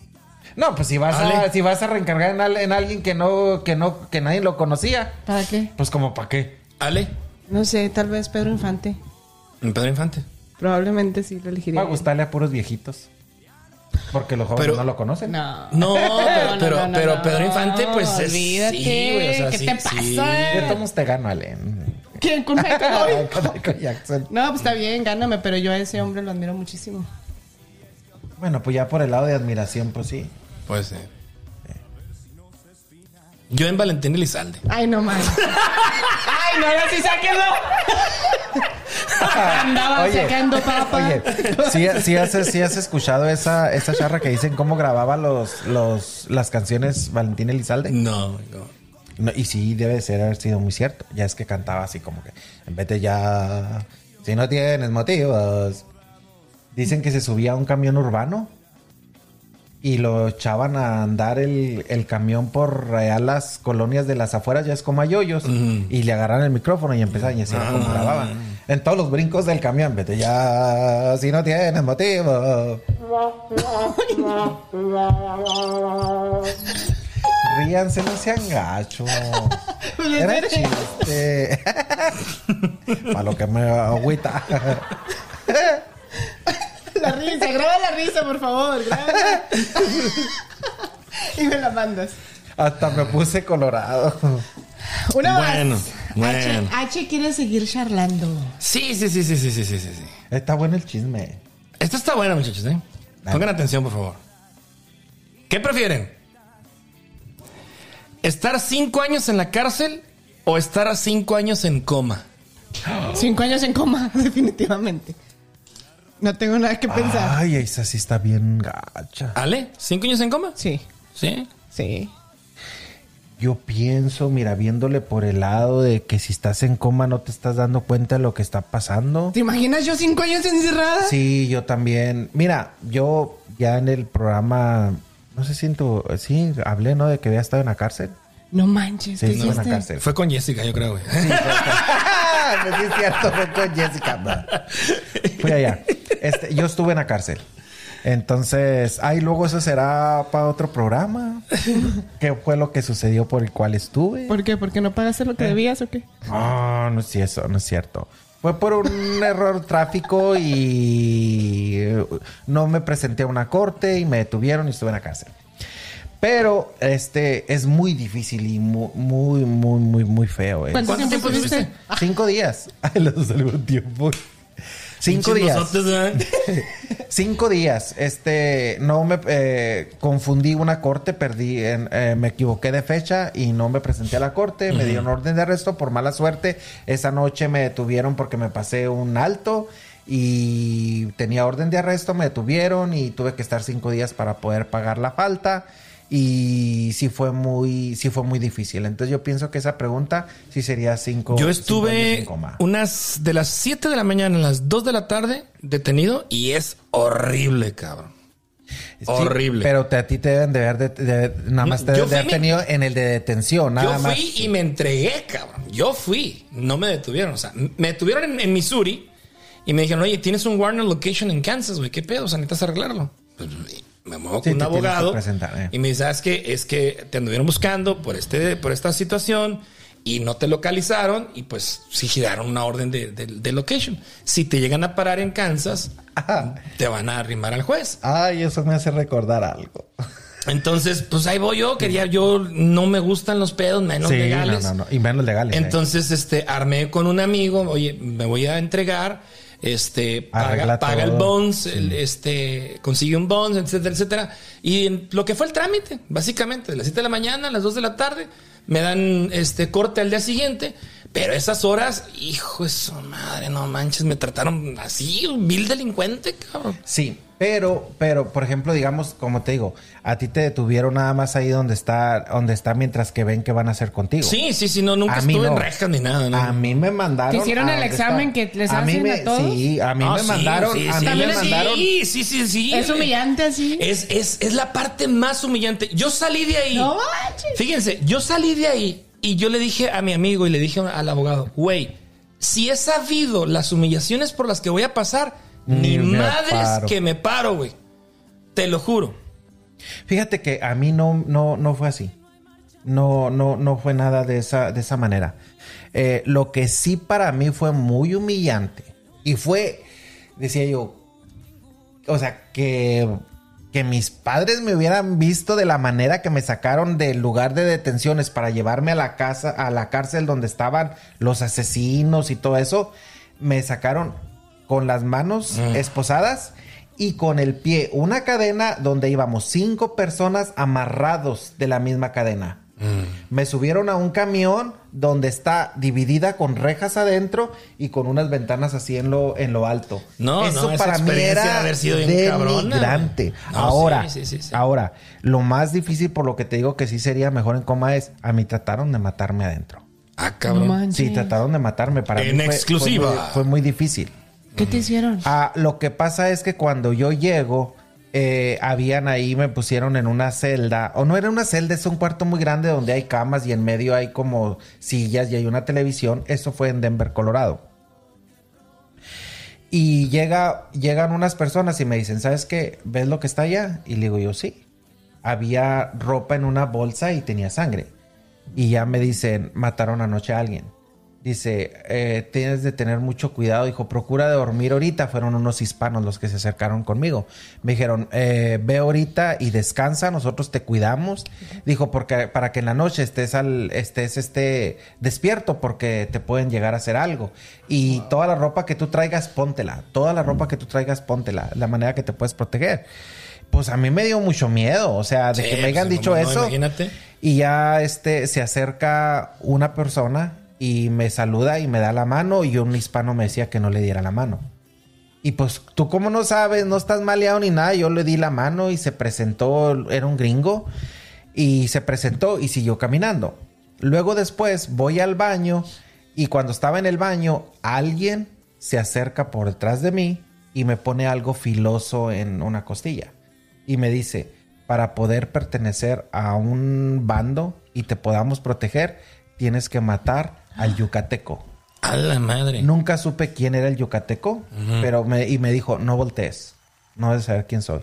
[SPEAKER 2] No, pues si vas
[SPEAKER 5] Ale.
[SPEAKER 2] a si vas a reencargar en, al- en alguien que no que no que nadie lo conocía,
[SPEAKER 6] ¿para qué?
[SPEAKER 2] pues como para qué.
[SPEAKER 5] Ale,
[SPEAKER 6] No sé, tal vez Pedro Infante.
[SPEAKER 5] Pedro Infante.
[SPEAKER 6] Probablemente sí lo elegiría.
[SPEAKER 2] Va a gustarle a puros viejitos. Porque los jóvenes
[SPEAKER 5] Pero-
[SPEAKER 2] no lo conocen.
[SPEAKER 6] No.
[SPEAKER 5] No, pero,
[SPEAKER 6] no,
[SPEAKER 5] pero,
[SPEAKER 6] no, no,
[SPEAKER 5] pero
[SPEAKER 6] no.
[SPEAKER 5] Pedro Infante, pues es.
[SPEAKER 6] Olvídate.
[SPEAKER 5] sí, güey, o sea,
[SPEAKER 6] ¿Qué
[SPEAKER 5] sí,
[SPEAKER 6] te
[SPEAKER 5] sí.
[SPEAKER 6] pasa?
[SPEAKER 2] Yo todos te gano, Ale.
[SPEAKER 6] ¿Quién con Michael
[SPEAKER 2] Con Michael Jackson.
[SPEAKER 6] No, pues está bien, gáname, pero yo a ese hombre lo admiro muchísimo.
[SPEAKER 2] Bueno, pues ya por el lado de admiración, pues sí.
[SPEAKER 5] Pues sí. Yo en Valentín Elizalde.
[SPEAKER 6] Ay, no mames. Ay, no, ahora sí sáquenlo. Andaba sacando papa.
[SPEAKER 2] Oye, sí, sí has, sí has escuchado esa, esa charra que dicen cómo grababa los, los, las canciones Valentín Elizalde.
[SPEAKER 1] No, no.
[SPEAKER 2] No, y sí, debe de ser haber sido muy cierto. Ya es que cantaba así como que, en vez de ya, si no tienes motivos. Dicen que se subía a un camión urbano y lo echaban a andar el, el camión por allá las colonias de las afueras, ya es como a yoyos, y le agarran el micrófono y empezaban y así era como grababan. En todos los brincos del camión, vete ya, si no tienes motivo. Ríanse, no sean gachos.
[SPEAKER 6] Pues,
[SPEAKER 2] Era chiste. Para lo que me agüita.
[SPEAKER 6] La risa, graba la risa, por favor. grábala. y me la mandas.
[SPEAKER 2] Hasta me puse colorado.
[SPEAKER 6] Una
[SPEAKER 5] Bueno,
[SPEAKER 6] más.
[SPEAKER 5] bueno.
[SPEAKER 6] H, H quiere seguir charlando.
[SPEAKER 5] Sí, sí, sí, sí, sí, sí, sí, sí. sí.
[SPEAKER 2] Está bueno el chisme.
[SPEAKER 5] Esta está buena, muchachos, ¿eh? Pongan atención, por favor. ¿Qué prefieren? ¿Estar cinco años en la cárcel o estar cinco años en coma?
[SPEAKER 6] Cinco años en coma, definitivamente. No tengo nada que pensar.
[SPEAKER 2] Ay, esa sí está bien gacha.
[SPEAKER 5] ¿Ale? ¿Cinco años en coma?
[SPEAKER 6] Sí,
[SPEAKER 5] Sí.
[SPEAKER 6] sí.
[SPEAKER 2] Yo pienso, mira, viéndole por el lado de que si estás en coma no te estás dando cuenta de lo que está pasando.
[SPEAKER 6] ¿Te imaginas yo cinco años encerrada?
[SPEAKER 2] Sí, yo también. Mira, yo ya en el programa, no sé si en tu, sí, hablé, ¿no? De que había estado en la cárcel.
[SPEAKER 6] No manches,
[SPEAKER 2] Sí,
[SPEAKER 6] ¿qué
[SPEAKER 2] estuve en la
[SPEAKER 6] hiciste?
[SPEAKER 2] cárcel.
[SPEAKER 5] Fue con Jessica, yo creo, güey.
[SPEAKER 2] No sí es cierto, fue con Jessica. no. Fui allá. Este, yo estuve en la cárcel. Entonces, ay, luego eso será para otro programa. ¿Qué fue lo que sucedió por el cual estuve?
[SPEAKER 6] ¿Por qué? ¿Porque no pagaste
[SPEAKER 2] Eh.
[SPEAKER 6] lo que debías o qué?
[SPEAKER 2] No, no es eso, no es cierto. Fue por un error tráfico y eh, no me presenté a una corte y me detuvieron y estuve en la cárcel. Pero este es muy difícil y mu- muy, muy, muy, muy feo. eh.
[SPEAKER 6] ¿Cuánto,
[SPEAKER 5] ¿Cuánto tiempo
[SPEAKER 6] tiempo estuviste?
[SPEAKER 2] Cinco días. Ay, los salvo un tiempo. Cinco días.
[SPEAKER 5] Nosotes, ¿verdad?
[SPEAKER 2] Cinco días. Este, no me eh, confundí una corte, perdí, en- eh, me equivoqué de fecha y no me presenté a la corte. Me dieron orden de arresto por mala suerte. Esa noche me detuvieron porque me pasé un alto y tenía orden de arresto. Me detuvieron y tuve que estar cinco días para poder pagar la falta. Y sí fue muy, sí fue muy difícil. Entonces yo pienso que esa pregunta sí sería cinco.
[SPEAKER 5] Yo
[SPEAKER 2] cinco años
[SPEAKER 5] estuve
[SPEAKER 2] en coma.
[SPEAKER 5] unas de las 7 de la mañana a las 2 de la tarde detenido y es horrible, cabrón.
[SPEAKER 2] Sí,
[SPEAKER 5] horrible.
[SPEAKER 2] Pero te- a ti te deben de haber, de- de- nada más te
[SPEAKER 5] Yo
[SPEAKER 2] deben de
[SPEAKER 5] fui
[SPEAKER 2] haber
[SPEAKER 5] mi-
[SPEAKER 2] tenido en el de detención, nada
[SPEAKER 5] Yo
[SPEAKER 2] más.
[SPEAKER 5] fui y me entregué, cabrón. Yo fui. No me detuvieron. O sea, me detuvieron en, en Missouri y me dijeron, oye, tienes un Warner Location en Kansas, güey. ¿Qué pedo? O sea, necesitas arreglarlo. Pues, me muevo con
[SPEAKER 2] Sí,
[SPEAKER 5] un
[SPEAKER 2] te tienes que
[SPEAKER 5] abogado.
[SPEAKER 2] presentar, eh.
[SPEAKER 5] Y me dice, ¿sabes qué? Es que te anduvieron buscando por, este, por esta situación y no te localizaron y pues sí giraron una orden de, de- de location. Si te llegan a parar en Kansas,
[SPEAKER 2] Ah,
[SPEAKER 5] te van a arrimar al juez.
[SPEAKER 2] ay, eso me hace recordar algo.
[SPEAKER 5] Entonces, pues ahí voy yo. Quería, yo no me gustan los pedos, menos
[SPEAKER 2] sí,
[SPEAKER 5] legales.
[SPEAKER 2] no, no, no. Y menos legales. eh.
[SPEAKER 5] Entonces, este, armé con un amigo, oye, me voy a entregar, este, paga,
[SPEAKER 2] Arregla
[SPEAKER 5] paga el
[SPEAKER 2] todo.
[SPEAKER 5] bonds, el, este, consigue un bonds, etcétera, etcétera. Y en lo que fue el trámite, básicamente, de las 7 de la mañana a las 2 de la tarde, me dan, este, corte al día siguiente. Pero esas horas, hijo de su madre, no manches, me trataron así, un vil delincuente, cabrón.
[SPEAKER 2] Sí, pero, pero, por ejemplo, digamos, como te digo, a ti te detuvieron nada más ahí donde está, donde está mientras que ven que van a hacer contigo.
[SPEAKER 5] Sí, sí, sí, no, nunca
[SPEAKER 2] A mí
[SPEAKER 5] estuve en
[SPEAKER 2] no.
[SPEAKER 5] rejas ni nada, ¿no?
[SPEAKER 2] A mí me mandaron.
[SPEAKER 6] ¿Te hicieron
[SPEAKER 2] a
[SPEAKER 6] el
[SPEAKER 2] donde
[SPEAKER 6] examen
[SPEAKER 2] está-
[SPEAKER 6] que les
[SPEAKER 2] a mí
[SPEAKER 6] hacen a
[SPEAKER 2] me-
[SPEAKER 6] todos?
[SPEAKER 2] Sí, a mí
[SPEAKER 5] Ah,
[SPEAKER 2] me
[SPEAKER 5] sí,
[SPEAKER 2] mandaron.
[SPEAKER 5] sí,
[SPEAKER 2] a
[SPEAKER 5] sí,
[SPEAKER 2] mí me
[SPEAKER 5] sí,
[SPEAKER 2] mandaron.
[SPEAKER 5] Sí, sí, sí, sí.
[SPEAKER 6] Es humillante así.
[SPEAKER 5] Es, es, es la parte más humillante. Yo salí de ahí.
[SPEAKER 6] No manches.
[SPEAKER 5] Fíjense, yo salí de ahí y yo le dije a mi amigo y le dije al abogado, güey, si he sabido las humillaciones por las que voy a pasar, ni,
[SPEAKER 2] Ni me
[SPEAKER 5] madres
[SPEAKER 2] paro.
[SPEAKER 5] que me paro, güey. Te lo juro.
[SPEAKER 2] Fíjate que a mí no, no, no fue así. No, no, no fue nada de esa, de esa manera. Eh, lo que sí para mí fue muy humillante. Y fue, decía yo, o sea, que, que mis padres me hubieran visto de la manera que me sacaron del lugar de detenciones para llevarme a la casa, a la cárcel donde estaban los asesinos y todo eso, me sacaron con las manos esposadas y con el pie una cadena donde íbamos cinco personas amarrados de la misma cadena. Me subieron a un camión donde está dividida con rejas adentro y con unas ventanas así en lo, en lo alto.
[SPEAKER 5] No, no, esa experiencia de haber sido bien cabrona.
[SPEAKER 2] denigrante.
[SPEAKER 5] No,
[SPEAKER 2] ahora,
[SPEAKER 5] sí, sí, sí, sí.
[SPEAKER 2] ahora, lo más difícil por lo que te digo que sí sería mejor en coma es, a mí trataron de matarme adentro.
[SPEAKER 5] Ah,
[SPEAKER 6] No
[SPEAKER 5] cabrón.
[SPEAKER 6] manches.
[SPEAKER 2] Sí, trataron de matarme. Para
[SPEAKER 5] En
[SPEAKER 2] mí fue-
[SPEAKER 5] exclusiva.
[SPEAKER 2] Fue muy, fue muy difícil.
[SPEAKER 6] ¿Qué te hicieron?
[SPEAKER 2] Ah, lo que pasa es que cuando yo llego, eh, habían ahí, me pusieron en una celda, o no era una celda, es un cuarto muy grande donde hay camas y en medio hay como sillas y hay una televisión. Eso fue en Denver, Colorado. Y llega, llegan unas personas y me dicen, ¿sabes qué? ¿Ves lo que está allá? Y le digo yo, sí. Había ropa en una bolsa y tenía sangre. Y ya me dicen, mataron anoche a alguien. Dice, eh, tienes de tener mucho cuidado, dijo, procura de dormir ahorita. Fueron unos hispanos los que se acercaron conmigo. Me dijeron, eh, ve ahorita y descansa, nosotros te cuidamos. Dijo, porque para que en la noche estés al, estés este despierto, porque te pueden llegar a hacer algo. Y toda la ropa que tú traigas, póntela. Toda la ropa que tú traigas, póntela. La manera que te puedes proteger. Pues a mí me dio mucho miedo, o sea, de
[SPEAKER 5] Sí,
[SPEAKER 2] que me
[SPEAKER 5] pues,
[SPEAKER 2] hayan
[SPEAKER 5] cómo
[SPEAKER 2] dicho
[SPEAKER 5] no,
[SPEAKER 2] eso.
[SPEAKER 5] imagínate.
[SPEAKER 2] Y ya este se acerca una persona y me saluda y me da la mano y un hispano me decía que no le diera la mano. Y pues tú como no sabes, no estás maleado ni nada, yo le di la mano y se presentó, era un gringo y se presentó y siguió caminando. Luego después voy al baño y cuando estaba en el baño alguien se acerca por detrás de mí y me pone algo filoso en una costilla y me dice, para poder pertenecer a un bando y te podamos proteger, tienes que matar al yucateco.
[SPEAKER 5] A la madre.
[SPEAKER 2] Nunca supe quién era el yucateco, pero me, y me dijo, no voltees, no debes saber quién soy.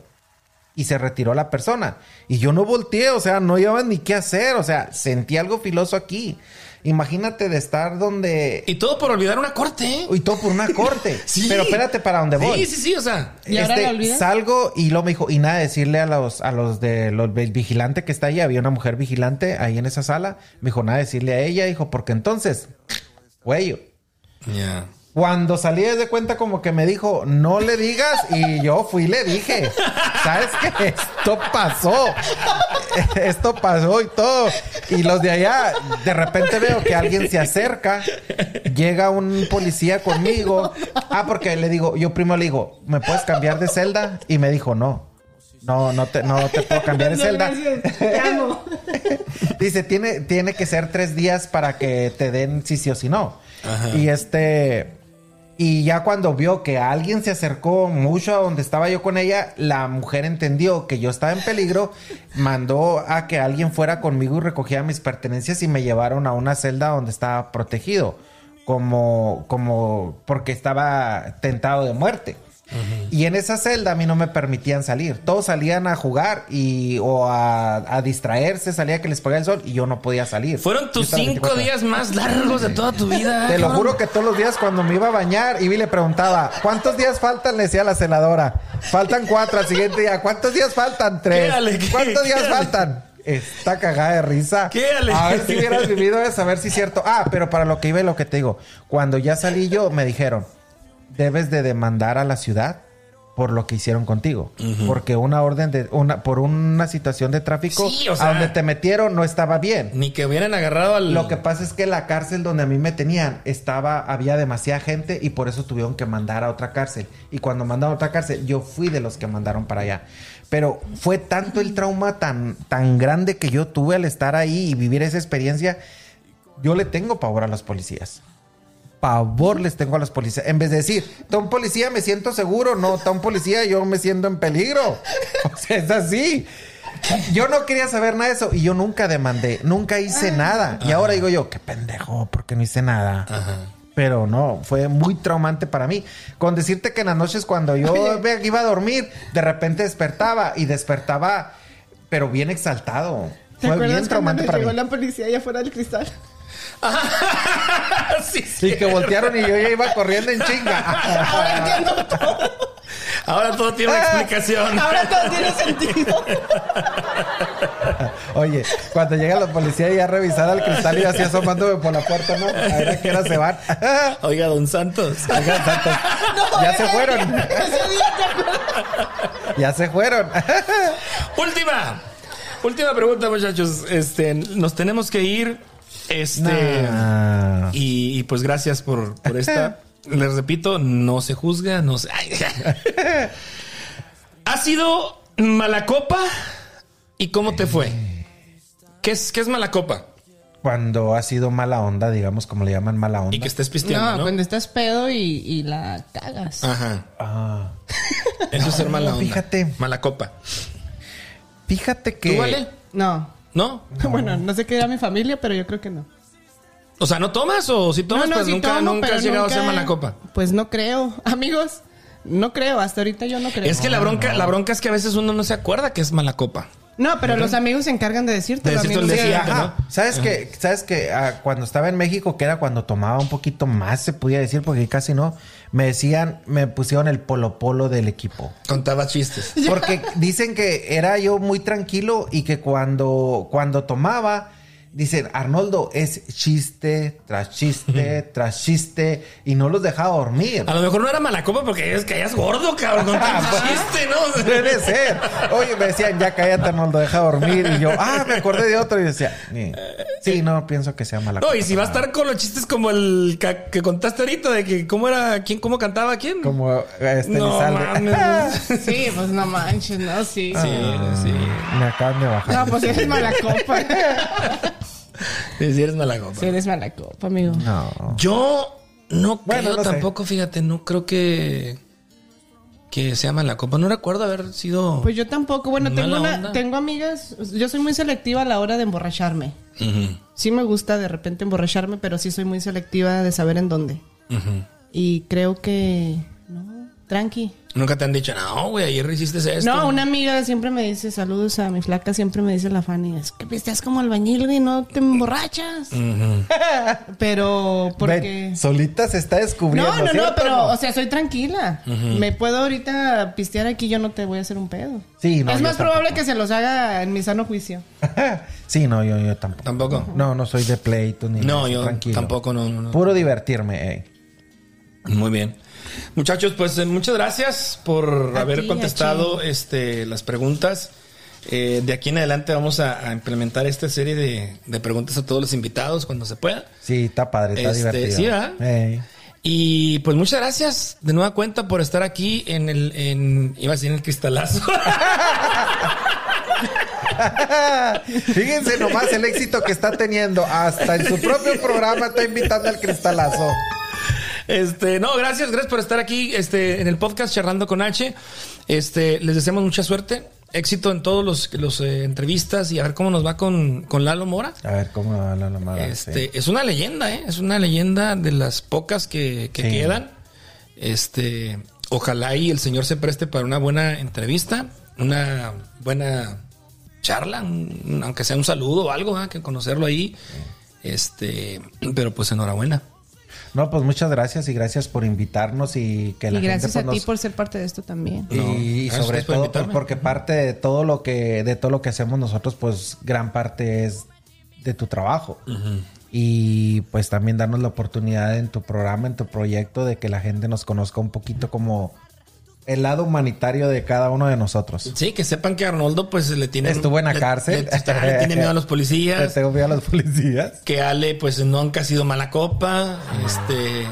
[SPEAKER 2] Y se retiró la persona. Y yo no volteé, o sea, no llevaba ni qué hacer, o sea, sentí algo filoso aquí. Imagínate de estar donde...
[SPEAKER 5] Y todo por olvidar una corte, ¿eh?
[SPEAKER 2] Y todo por una corte. Pero espérate, ¿para dónde voy?
[SPEAKER 5] Sí, sí, sí, o sea.
[SPEAKER 6] ¿Y ahora
[SPEAKER 2] Este,
[SPEAKER 6] la olvidas?
[SPEAKER 2] salgo y luego me dijo, y nada, decirle a los, a los de los del vigilante que está ahí, había una mujer vigilante ahí en esa sala, me dijo, nada, decirle a ella, dijo, porque entonces, cuello.
[SPEAKER 5] Ya.
[SPEAKER 2] Cuando salí haz de cuenta como que me dijo, no le digas, y yo fui y le dije, ¿sabes qué? Esto pasó, esto pasó y todo. Y los de allá, de repente veo que alguien se acerca, llega un policía conmigo, ah, porque le digo, yo primero le digo, ¿me puedes cambiar de celda? Y me dijo, no. No, no te, no te puedo cambiar de
[SPEAKER 6] No,
[SPEAKER 2] celda.
[SPEAKER 6] gracias, te amo.
[SPEAKER 2] Dice, tiene, tiene que ser tres días para que te den si sí o si no. Y este. Y ya cuando vio que alguien se acercó mucho a donde estaba yo con ella, la mujer entendió que yo estaba en peligro, mandó a que alguien fuera conmigo y recogiera mis pertenencias y me llevaron a una celda donde estaba protegido, como, como porque estaba tentado de muerte. Y en esa celda a mí no me permitían salir. Todos salían a jugar y, o a, a distraerse, salía que les pegaba el sol y yo no podía salir.
[SPEAKER 5] Fueron tus
[SPEAKER 2] Yo estaba
[SPEAKER 5] cinco
[SPEAKER 2] 24 horas.
[SPEAKER 5] días más largos de toda tu vida.
[SPEAKER 2] Te lo
[SPEAKER 5] cabrón.
[SPEAKER 2] juro que todos los días cuando me iba a bañar, Ivy le preguntaba, ¿cuántos días faltan? Le decía a la celadora. Faltan cuatro al siguiente día. ¿Cuántos días faltan? Tres.
[SPEAKER 5] Quédale, qué-
[SPEAKER 2] ¿Cuántos días
[SPEAKER 5] quédale.
[SPEAKER 2] faltan? Está cagada de risa.
[SPEAKER 5] Quédale.
[SPEAKER 2] A ver si hubieras vivido eso, a ver si es cierto. Ah, pero para lo que iba y lo que te digo. Cuando ya salí yo, me dijeron, debes de demandar a la ciudad por lo que hicieron contigo. Porque una orden de... Una, por una situación de tráfico
[SPEAKER 5] Sí, o sea.
[SPEAKER 2] a donde te metieron no estaba bien.
[SPEAKER 5] Ni que hubieran agarrado al.
[SPEAKER 2] Lo que pasa es que la cárcel donde a mí me tenían estaba, había demasiada gente y por eso tuvieron que mandar a otra cárcel. Y cuando mandaron a otra cárcel, yo fui de los que mandaron para allá. Pero fue tanto el trauma tan, tan grande que yo tuve al estar ahí y vivir esa experiencia. Yo le tengo pavor a los policías. Pavor les tengo a los policías. En vez de decir, está un policía, me siento seguro. No, está un policía, yo me siento en peligro. O sea, es así. Yo no quería saber nada de eso y yo nunca demandé, nunca hice
[SPEAKER 6] Ah.
[SPEAKER 2] nada. Y ahora digo yo, qué pendejo, porque no hice nada. Pero no, fue muy traumante para mí. Con decirte que en las noches cuando yo ve- iba a dormir, de repente despertaba y despertaba, pero bien exaltado.
[SPEAKER 6] ¿Te
[SPEAKER 2] Fue bien
[SPEAKER 6] acuerdas cuando
[SPEAKER 2] traumante
[SPEAKER 6] nos
[SPEAKER 2] para
[SPEAKER 6] llegó
[SPEAKER 2] mí.
[SPEAKER 6] la policía allá afuera del cristal?
[SPEAKER 5] Ah, sí, sí.
[SPEAKER 2] Y que voltearon y yo ya iba corriendo en chinga.
[SPEAKER 6] Ahora entiendo todo.
[SPEAKER 5] Ahora todo tiene una explicación.
[SPEAKER 6] Ahora todo tiene sentido.
[SPEAKER 2] Oye, cuando llega la policía ya revisada al cristal y así asomándome por la puerta, ¿no? A ver a qué hora se van.
[SPEAKER 5] Oiga, don Santos.
[SPEAKER 2] Oigan, tanto- ya se fueron.
[SPEAKER 6] Ese día, ¿te acuerdas?
[SPEAKER 2] Ya se fueron.
[SPEAKER 5] Última. Última pregunta, muchachos. Este, nos tenemos que ir. Este.
[SPEAKER 2] Nah.
[SPEAKER 5] Y, y, pues gracias por, por esta. Les repito, no se juzga, no se. Ay. ¿Ha sido mala copa? ¿Y cómo te fue? ¿Qué es, qué es mala copa?
[SPEAKER 2] Cuando ha sido mala onda, digamos, como le llaman mala onda.
[SPEAKER 5] Y que estés pisteando,
[SPEAKER 6] No,
[SPEAKER 5] ¿no?
[SPEAKER 6] cuando estás pedo y, y la cagas.
[SPEAKER 5] Ajá.
[SPEAKER 2] Ah.
[SPEAKER 5] Eso es ser mala onda.
[SPEAKER 2] Fíjate.
[SPEAKER 5] Mala copa.
[SPEAKER 2] Fíjate que.
[SPEAKER 5] ¿Tú vale?
[SPEAKER 6] No.
[SPEAKER 5] Eh, ¿No?
[SPEAKER 6] Bueno, no sé qué era mi familia, pero yo creo que no.
[SPEAKER 5] O sea, ¿no tomas o si tomas?
[SPEAKER 6] no, no,
[SPEAKER 5] pues
[SPEAKER 6] sí
[SPEAKER 5] nunca,
[SPEAKER 6] tomo,
[SPEAKER 5] nunca
[SPEAKER 6] pero
[SPEAKER 5] has llegado a ser
[SPEAKER 6] nunca-
[SPEAKER 5] mala copa.
[SPEAKER 6] Pues no creo. Amigos, no creo. Hasta ahorita yo no creo.
[SPEAKER 5] Es que la bronca, la bronca es que a veces uno no se acuerda que es mala copa.
[SPEAKER 6] No, pero los amigos se encargan de decirte.
[SPEAKER 5] De decirte el
[SPEAKER 2] Sí,
[SPEAKER 5] siguiente,
[SPEAKER 2] ajá.
[SPEAKER 5] ¿no?
[SPEAKER 2] ah, ¿Sabes que ¿Sabes que cuando estaba en México, que era cuando tomaba un poquito más, se podía decir, porque casi no, me decían, me pusieron el polo polo del equipo.
[SPEAKER 5] Contaba chistes.
[SPEAKER 2] Porque dicen que era yo muy tranquilo y que cuando, cuando tomaba, dicen, Arnoldo, es chiste tras chiste tras chiste y no los dejaba dormir.
[SPEAKER 5] A lo mejor no era mala copa porque es que hayas gordo, cabrón. Con tanto chiste,
[SPEAKER 2] Debe
[SPEAKER 5] ¿no?
[SPEAKER 2] ser. Oye, me decían, ya cállate, Arnoldo, deja dormir. Y yo, ah, me acordé de otro. Y decía, "Ni". sí, no, pienso que sea mala
[SPEAKER 5] No,
[SPEAKER 2] copa
[SPEAKER 5] y si va a
[SPEAKER 2] para
[SPEAKER 5] estar con los chistes como el ca- que contaste ahorita de que cómo era, quién, cómo cantaba, quién.
[SPEAKER 2] Como eh, este
[SPEAKER 5] No
[SPEAKER 2] Elizalde.
[SPEAKER 5] mames.
[SPEAKER 6] Sí, pues no manches, no, sí.
[SPEAKER 5] Sí, sí.
[SPEAKER 2] Ah, Me acaban de bajar.
[SPEAKER 6] No, pues eres mala copa.
[SPEAKER 5] Sí, sí, eres mala copa.
[SPEAKER 6] Sí, eres mala copa, amigo.
[SPEAKER 2] No.
[SPEAKER 5] Yo no
[SPEAKER 2] Bueno,
[SPEAKER 5] creo
[SPEAKER 2] no sé.
[SPEAKER 5] tampoco, fíjate, no creo que que sea mala copa. No recuerdo haber sido.
[SPEAKER 6] Pues yo tampoco. Bueno,
[SPEAKER 5] Mala
[SPEAKER 6] tengo, una-
[SPEAKER 5] onda.
[SPEAKER 6] tengo amigas. Yo soy muy selectiva a la hora de emborracharme.
[SPEAKER 5] Ujú,
[SPEAKER 6] Sí me gusta de repente emborracharme, pero sí soy muy selectiva de saber en dónde.
[SPEAKER 5] ujú.
[SPEAKER 6] Y creo que... No, tranqui.
[SPEAKER 5] Nunca te han dicho, no, güey, ayer hiciste esto.
[SPEAKER 6] No, una amiga siempre me dice, saludos a mi flaca, siempre me dice la Fanny, es que pisteas como albañil y no te emborrachas. pero porque...
[SPEAKER 2] Ven, solita se está descubriendo.
[SPEAKER 6] no, no,
[SPEAKER 2] ¿sí
[SPEAKER 6] no,
[SPEAKER 2] o
[SPEAKER 6] pero,
[SPEAKER 2] no?
[SPEAKER 6] o sea, soy tranquila. Me puedo ahorita pistear aquí, yo no te voy a hacer un pedo.
[SPEAKER 2] Sí, no,
[SPEAKER 6] es
[SPEAKER 2] yo tampoco.
[SPEAKER 6] más probable que se los haga en mi sano juicio.
[SPEAKER 2] sí, no, yo, yo tampoco.
[SPEAKER 5] Tampoco.
[SPEAKER 2] No, no soy de pleito ni
[SPEAKER 5] No,
[SPEAKER 2] nada,
[SPEAKER 5] yo
[SPEAKER 2] tranquilo.
[SPEAKER 5] tampoco, no, no, no.
[SPEAKER 2] Puro divertirme, ey.
[SPEAKER 5] Muy bien. Muchachos, pues eh, muchas gracias por
[SPEAKER 6] A
[SPEAKER 5] haber
[SPEAKER 6] ti,
[SPEAKER 5] contestado este, las preguntas. Eh, de aquí en adelante vamos a, a implementar esta serie de, de preguntas a todos los invitados cuando se pueda.
[SPEAKER 2] Sí, está padre, está
[SPEAKER 5] Este,
[SPEAKER 2] divertido.
[SPEAKER 5] sí, ¿verdad?
[SPEAKER 2] Ey.
[SPEAKER 5] Y pues muchas gracias de nueva cuenta por estar aquí en el, en, iba a decir en el cristalazo.
[SPEAKER 2] Fíjense nomás el éxito que está teniendo. Hasta en su propio programa está invitando al cristalazo.
[SPEAKER 5] Este, no, gracias, gracias por estar aquí este, en el podcast Charlando con H. Este, les deseamos mucha suerte, éxito en todos los, los eh, entrevistas y a ver cómo nos va con, con Lalo Mora.
[SPEAKER 2] A ver, ¿cómo va la nomada?
[SPEAKER 5] Este, es una leyenda, ¿eh? es una leyenda de las pocas que, que
[SPEAKER 2] Sí.
[SPEAKER 5] quedan. Este, ojalá y el señor se preste para una buena entrevista, una buena charla, un- aunque sea un saludo o algo, ¿ah? que conocerlo ahí. Este, pero pues enhorabuena.
[SPEAKER 2] No, pues muchas gracias y gracias por invitarnos y que la
[SPEAKER 6] Y gracias
[SPEAKER 2] gente
[SPEAKER 6] a
[SPEAKER 2] pues,
[SPEAKER 6] ti
[SPEAKER 2] nos-
[SPEAKER 6] por ser parte de esto también.
[SPEAKER 2] Y,
[SPEAKER 5] No,
[SPEAKER 2] y
[SPEAKER 5] gracias a
[SPEAKER 2] sobre
[SPEAKER 5] ustedes por
[SPEAKER 2] todo
[SPEAKER 5] invitarme.
[SPEAKER 2] pues, porque parte de todo lo que de todo lo que hacemos nosotros pues gran parte es de tu trabajo y pues también darnos la oportunidad en tu programa en tu proyecto de que la gente nos conozca un poquito como el lado humanitario de cada uno de nosotros
[SPEAKER 5] Sí, que sepan que Arnoldo pues le tiene
[SPEAKER 2] estuvo en la
[SPEAKER 5] le-
[SPEAKER 2] cárcel Este
[SPEAKER 5] Le, le tiene miedo a los
[SPEAKER 2] Le
[SPEAKER 5] policías.
[SPEAKER 2] tengo miedo a los policías
[SPEAKER 5] Que Ale pues nunca ha sido mala copa. Este,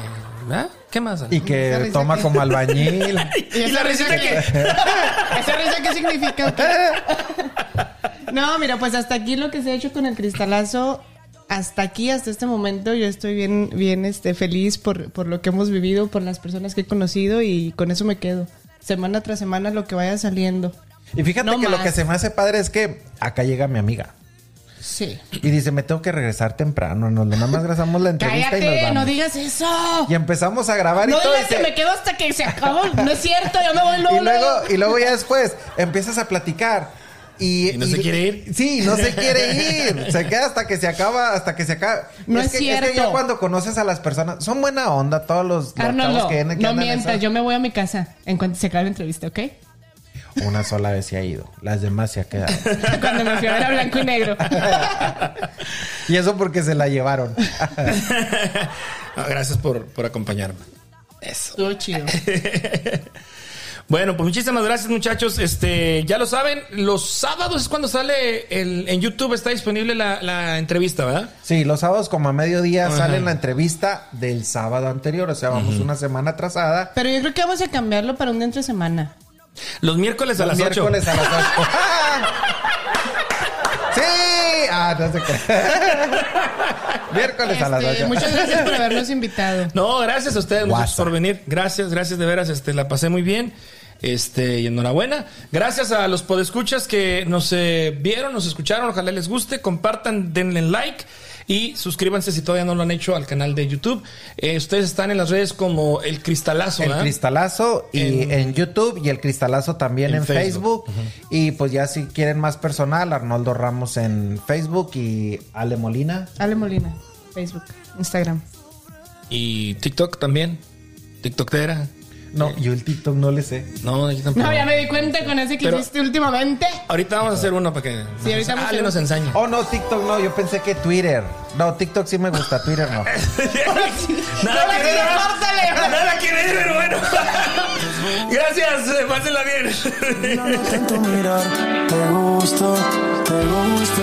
[SPEAKER 5] ¿ah? ¿qué más? Ale?
[SPEAKER 2] y
[SPEAKER 6] Esa
[SPEAKER 2] que
[SPEAKER 6] risa
[SPEAKER 2] toma
[SPEAKER 6] que-
[SPEAKER 2] como albañil
[SPEAKER 5] Y, la risa que
[SPEAKER 6] ¿Esa risa qué significa? o qué? No, mira, pues hasta aquí lo que se ha hecho con el cristalazo. Hasta aquí, hasta este momento, yo estoy bien, bien este, feliz por, por lo que hemos vivido, por las personas que he conocido y con eso me quedo. Semana tras semana lo que vaya saliendo.
[SPEAKER 2] y fíjate
[SPEAKER 6] No
[SPEAKER 2] que lo
[SPEAKER 6] más.
[SPEAKER 2] que se me hace padre es que acá llega mi amiga
[SPEAKER 6] Sí.
[SPEAKER 2] y dice me tengo que regresar temprano nos nada más grabamos la entrevista y nos
[SPEAKER 6] Cállate,
[SPEAKER 2] vamos
[SPEAKER 6] no digas eso.
[SPEAKER 2] Y empezamos a grabar
[SPEAKER 6] No
[SPEAKER 2] y todo.
[SPEAKER 6] digas
[SPEAKER 2] ese-
[SPEAKER 6] que me quedo hasta que se acabó. No es cierto, yo me voy luego.
[SPEAKER 2] y luego,
[SPEAKER 6] luego.
[SPEAKER 2] y luego ya después empiezas a platicar. Y,
[SPEAKER 5] Y no se quiere ir.
[SPEAKER 2] Sí, no se quiere ir. Se queda hasta que se acaba, hasta que se acaba.
[SPEAKER 6] No es
[SPEAKER 2] que, que
[SPEAKER 6] cierto.
[SPEAKER 2] ya cuando conoces a las personas, son buena onda todos los, los
[SPEAKER 6] Arnoldo,
[SPEAKER 2] andan-
[SPEAKER 6] Ah, no
[SPEAKER 2] andan en
[SPEAKER 6] mientas,
[SPEAKER 2] esa-
[SPEAKER 6] yo me voy a mi casa en cuanto se acabe la entrevista, ¿ok?
[SPEAKER 2] Una sola vez se ha ido, las demás se ha quedado.
[SPEAKER 6] Cuando me fui a ver a blanco y negro.
[SPEAKER 2] Y eso porque se la llevaron.
[SPEAKER 5] Ah, No, gracias por, por acompañarme. Eso.
[SPEAKER 6] Estuvo chido.
[SPEAKER 5] Bueno, pues muchísimas gracias, muchachos. Este, ya lo saben, los sábados es cuando sale el, en YouTube está disponible la, la entrevista, ¿verdad?
[SPEAKER 2] Sí, los sábados como a mediodía
[SPEAKER 5] Ajá.
[SPEAKER 2] sale la entrevista del sábado anterior, o sea, vamos una semana atrasada.
[SPEAKER 6] Pero yo creo que vamos a cambiarlo para un día entre semana.
[SPEAKER 5] Los miércoles a
[SPEAKER 2] Los
[SPEAKER 5] las 8.
[SPEAKER 2] miércoles a las 8. sí, ah, no sé qué. miércoles a las
[SPEAKER 6] Este,
[SPEAKER 2] 8.
[SPEAKER 6] muchas gracias por habernos invitado.
[SPEAKER 5] No, gracias a ustedes muchachos,
[SPEAKER 2] WhatsApp.
[SPEAKER 5] por venir. Gracias, gracias de veras. Este, la pasé muy bien. Este, y enhorabuena. Gracias a los podescuchas que nos eh, vieron, nos escucharon. Ojalá les guste. Compartan, denle like. Y suscríbanse si todavía no lo han hecho al canal de YouTube. Eh, ustedes están en las redes como El Cristalazo,
[SPEAKER 2] El
[SPEAKER 5] ¿verdad?
[SPEAKER 2] cristalazo y
[SPEAKER 5] En-
[SPEAKER 2] en, YouTube y el cristalazo también
[SPEAKER 5] En
[SPEAKER 2] en,
[SPEAKER 5] Facebook.
[SPEAKER 2] Facebook. Y pues ya si quieren más personal, Arnoldo Ramos en Facebook y Ale Molina.
[SPEAKER 6] Ale Molina, Facebook, Instagram.
[SPEAKER 5] Y TikTok también. TikTokera.
[SPEAKER 2] No, yo el TikTok no le sé.
[SPEAKER 5] No, yo tampoco.
[SPEAKER 6] No, ya me di cuenta con ese que
[SPEAKER 5] Pero-
[SPEAKER 6] hiciste últimamente.
[SPEAKER 5] Ahorita vamos a hacer uno para que
[SPEAKER 6] Sí, ahorita vamos a
[SPEAKER 5] Ale
[SPEAKER 6] hacer
[SPEAKER 5] nos
[SPEAKER 6] uno.
[SPEAKER 5] enseñe.
[SPEAKER 2] Oh, no, TikTok no, yo pensé que Twitter. No, TikTok sí me gusta, Twitter no.
[SPEAKER 5] nada,
[SPEAKER 6] No,
[SPEAKER 5] que
[SPEAKER 6] sí,
[SPEAKER 5] ver,
[SPEAKER 6] córtale.
[SPEAKER 5] nada que ver, pero bueno. Gracias, eh, pásenla bien.
[SPEAKER 7] tu mirar te gusto, te gusto.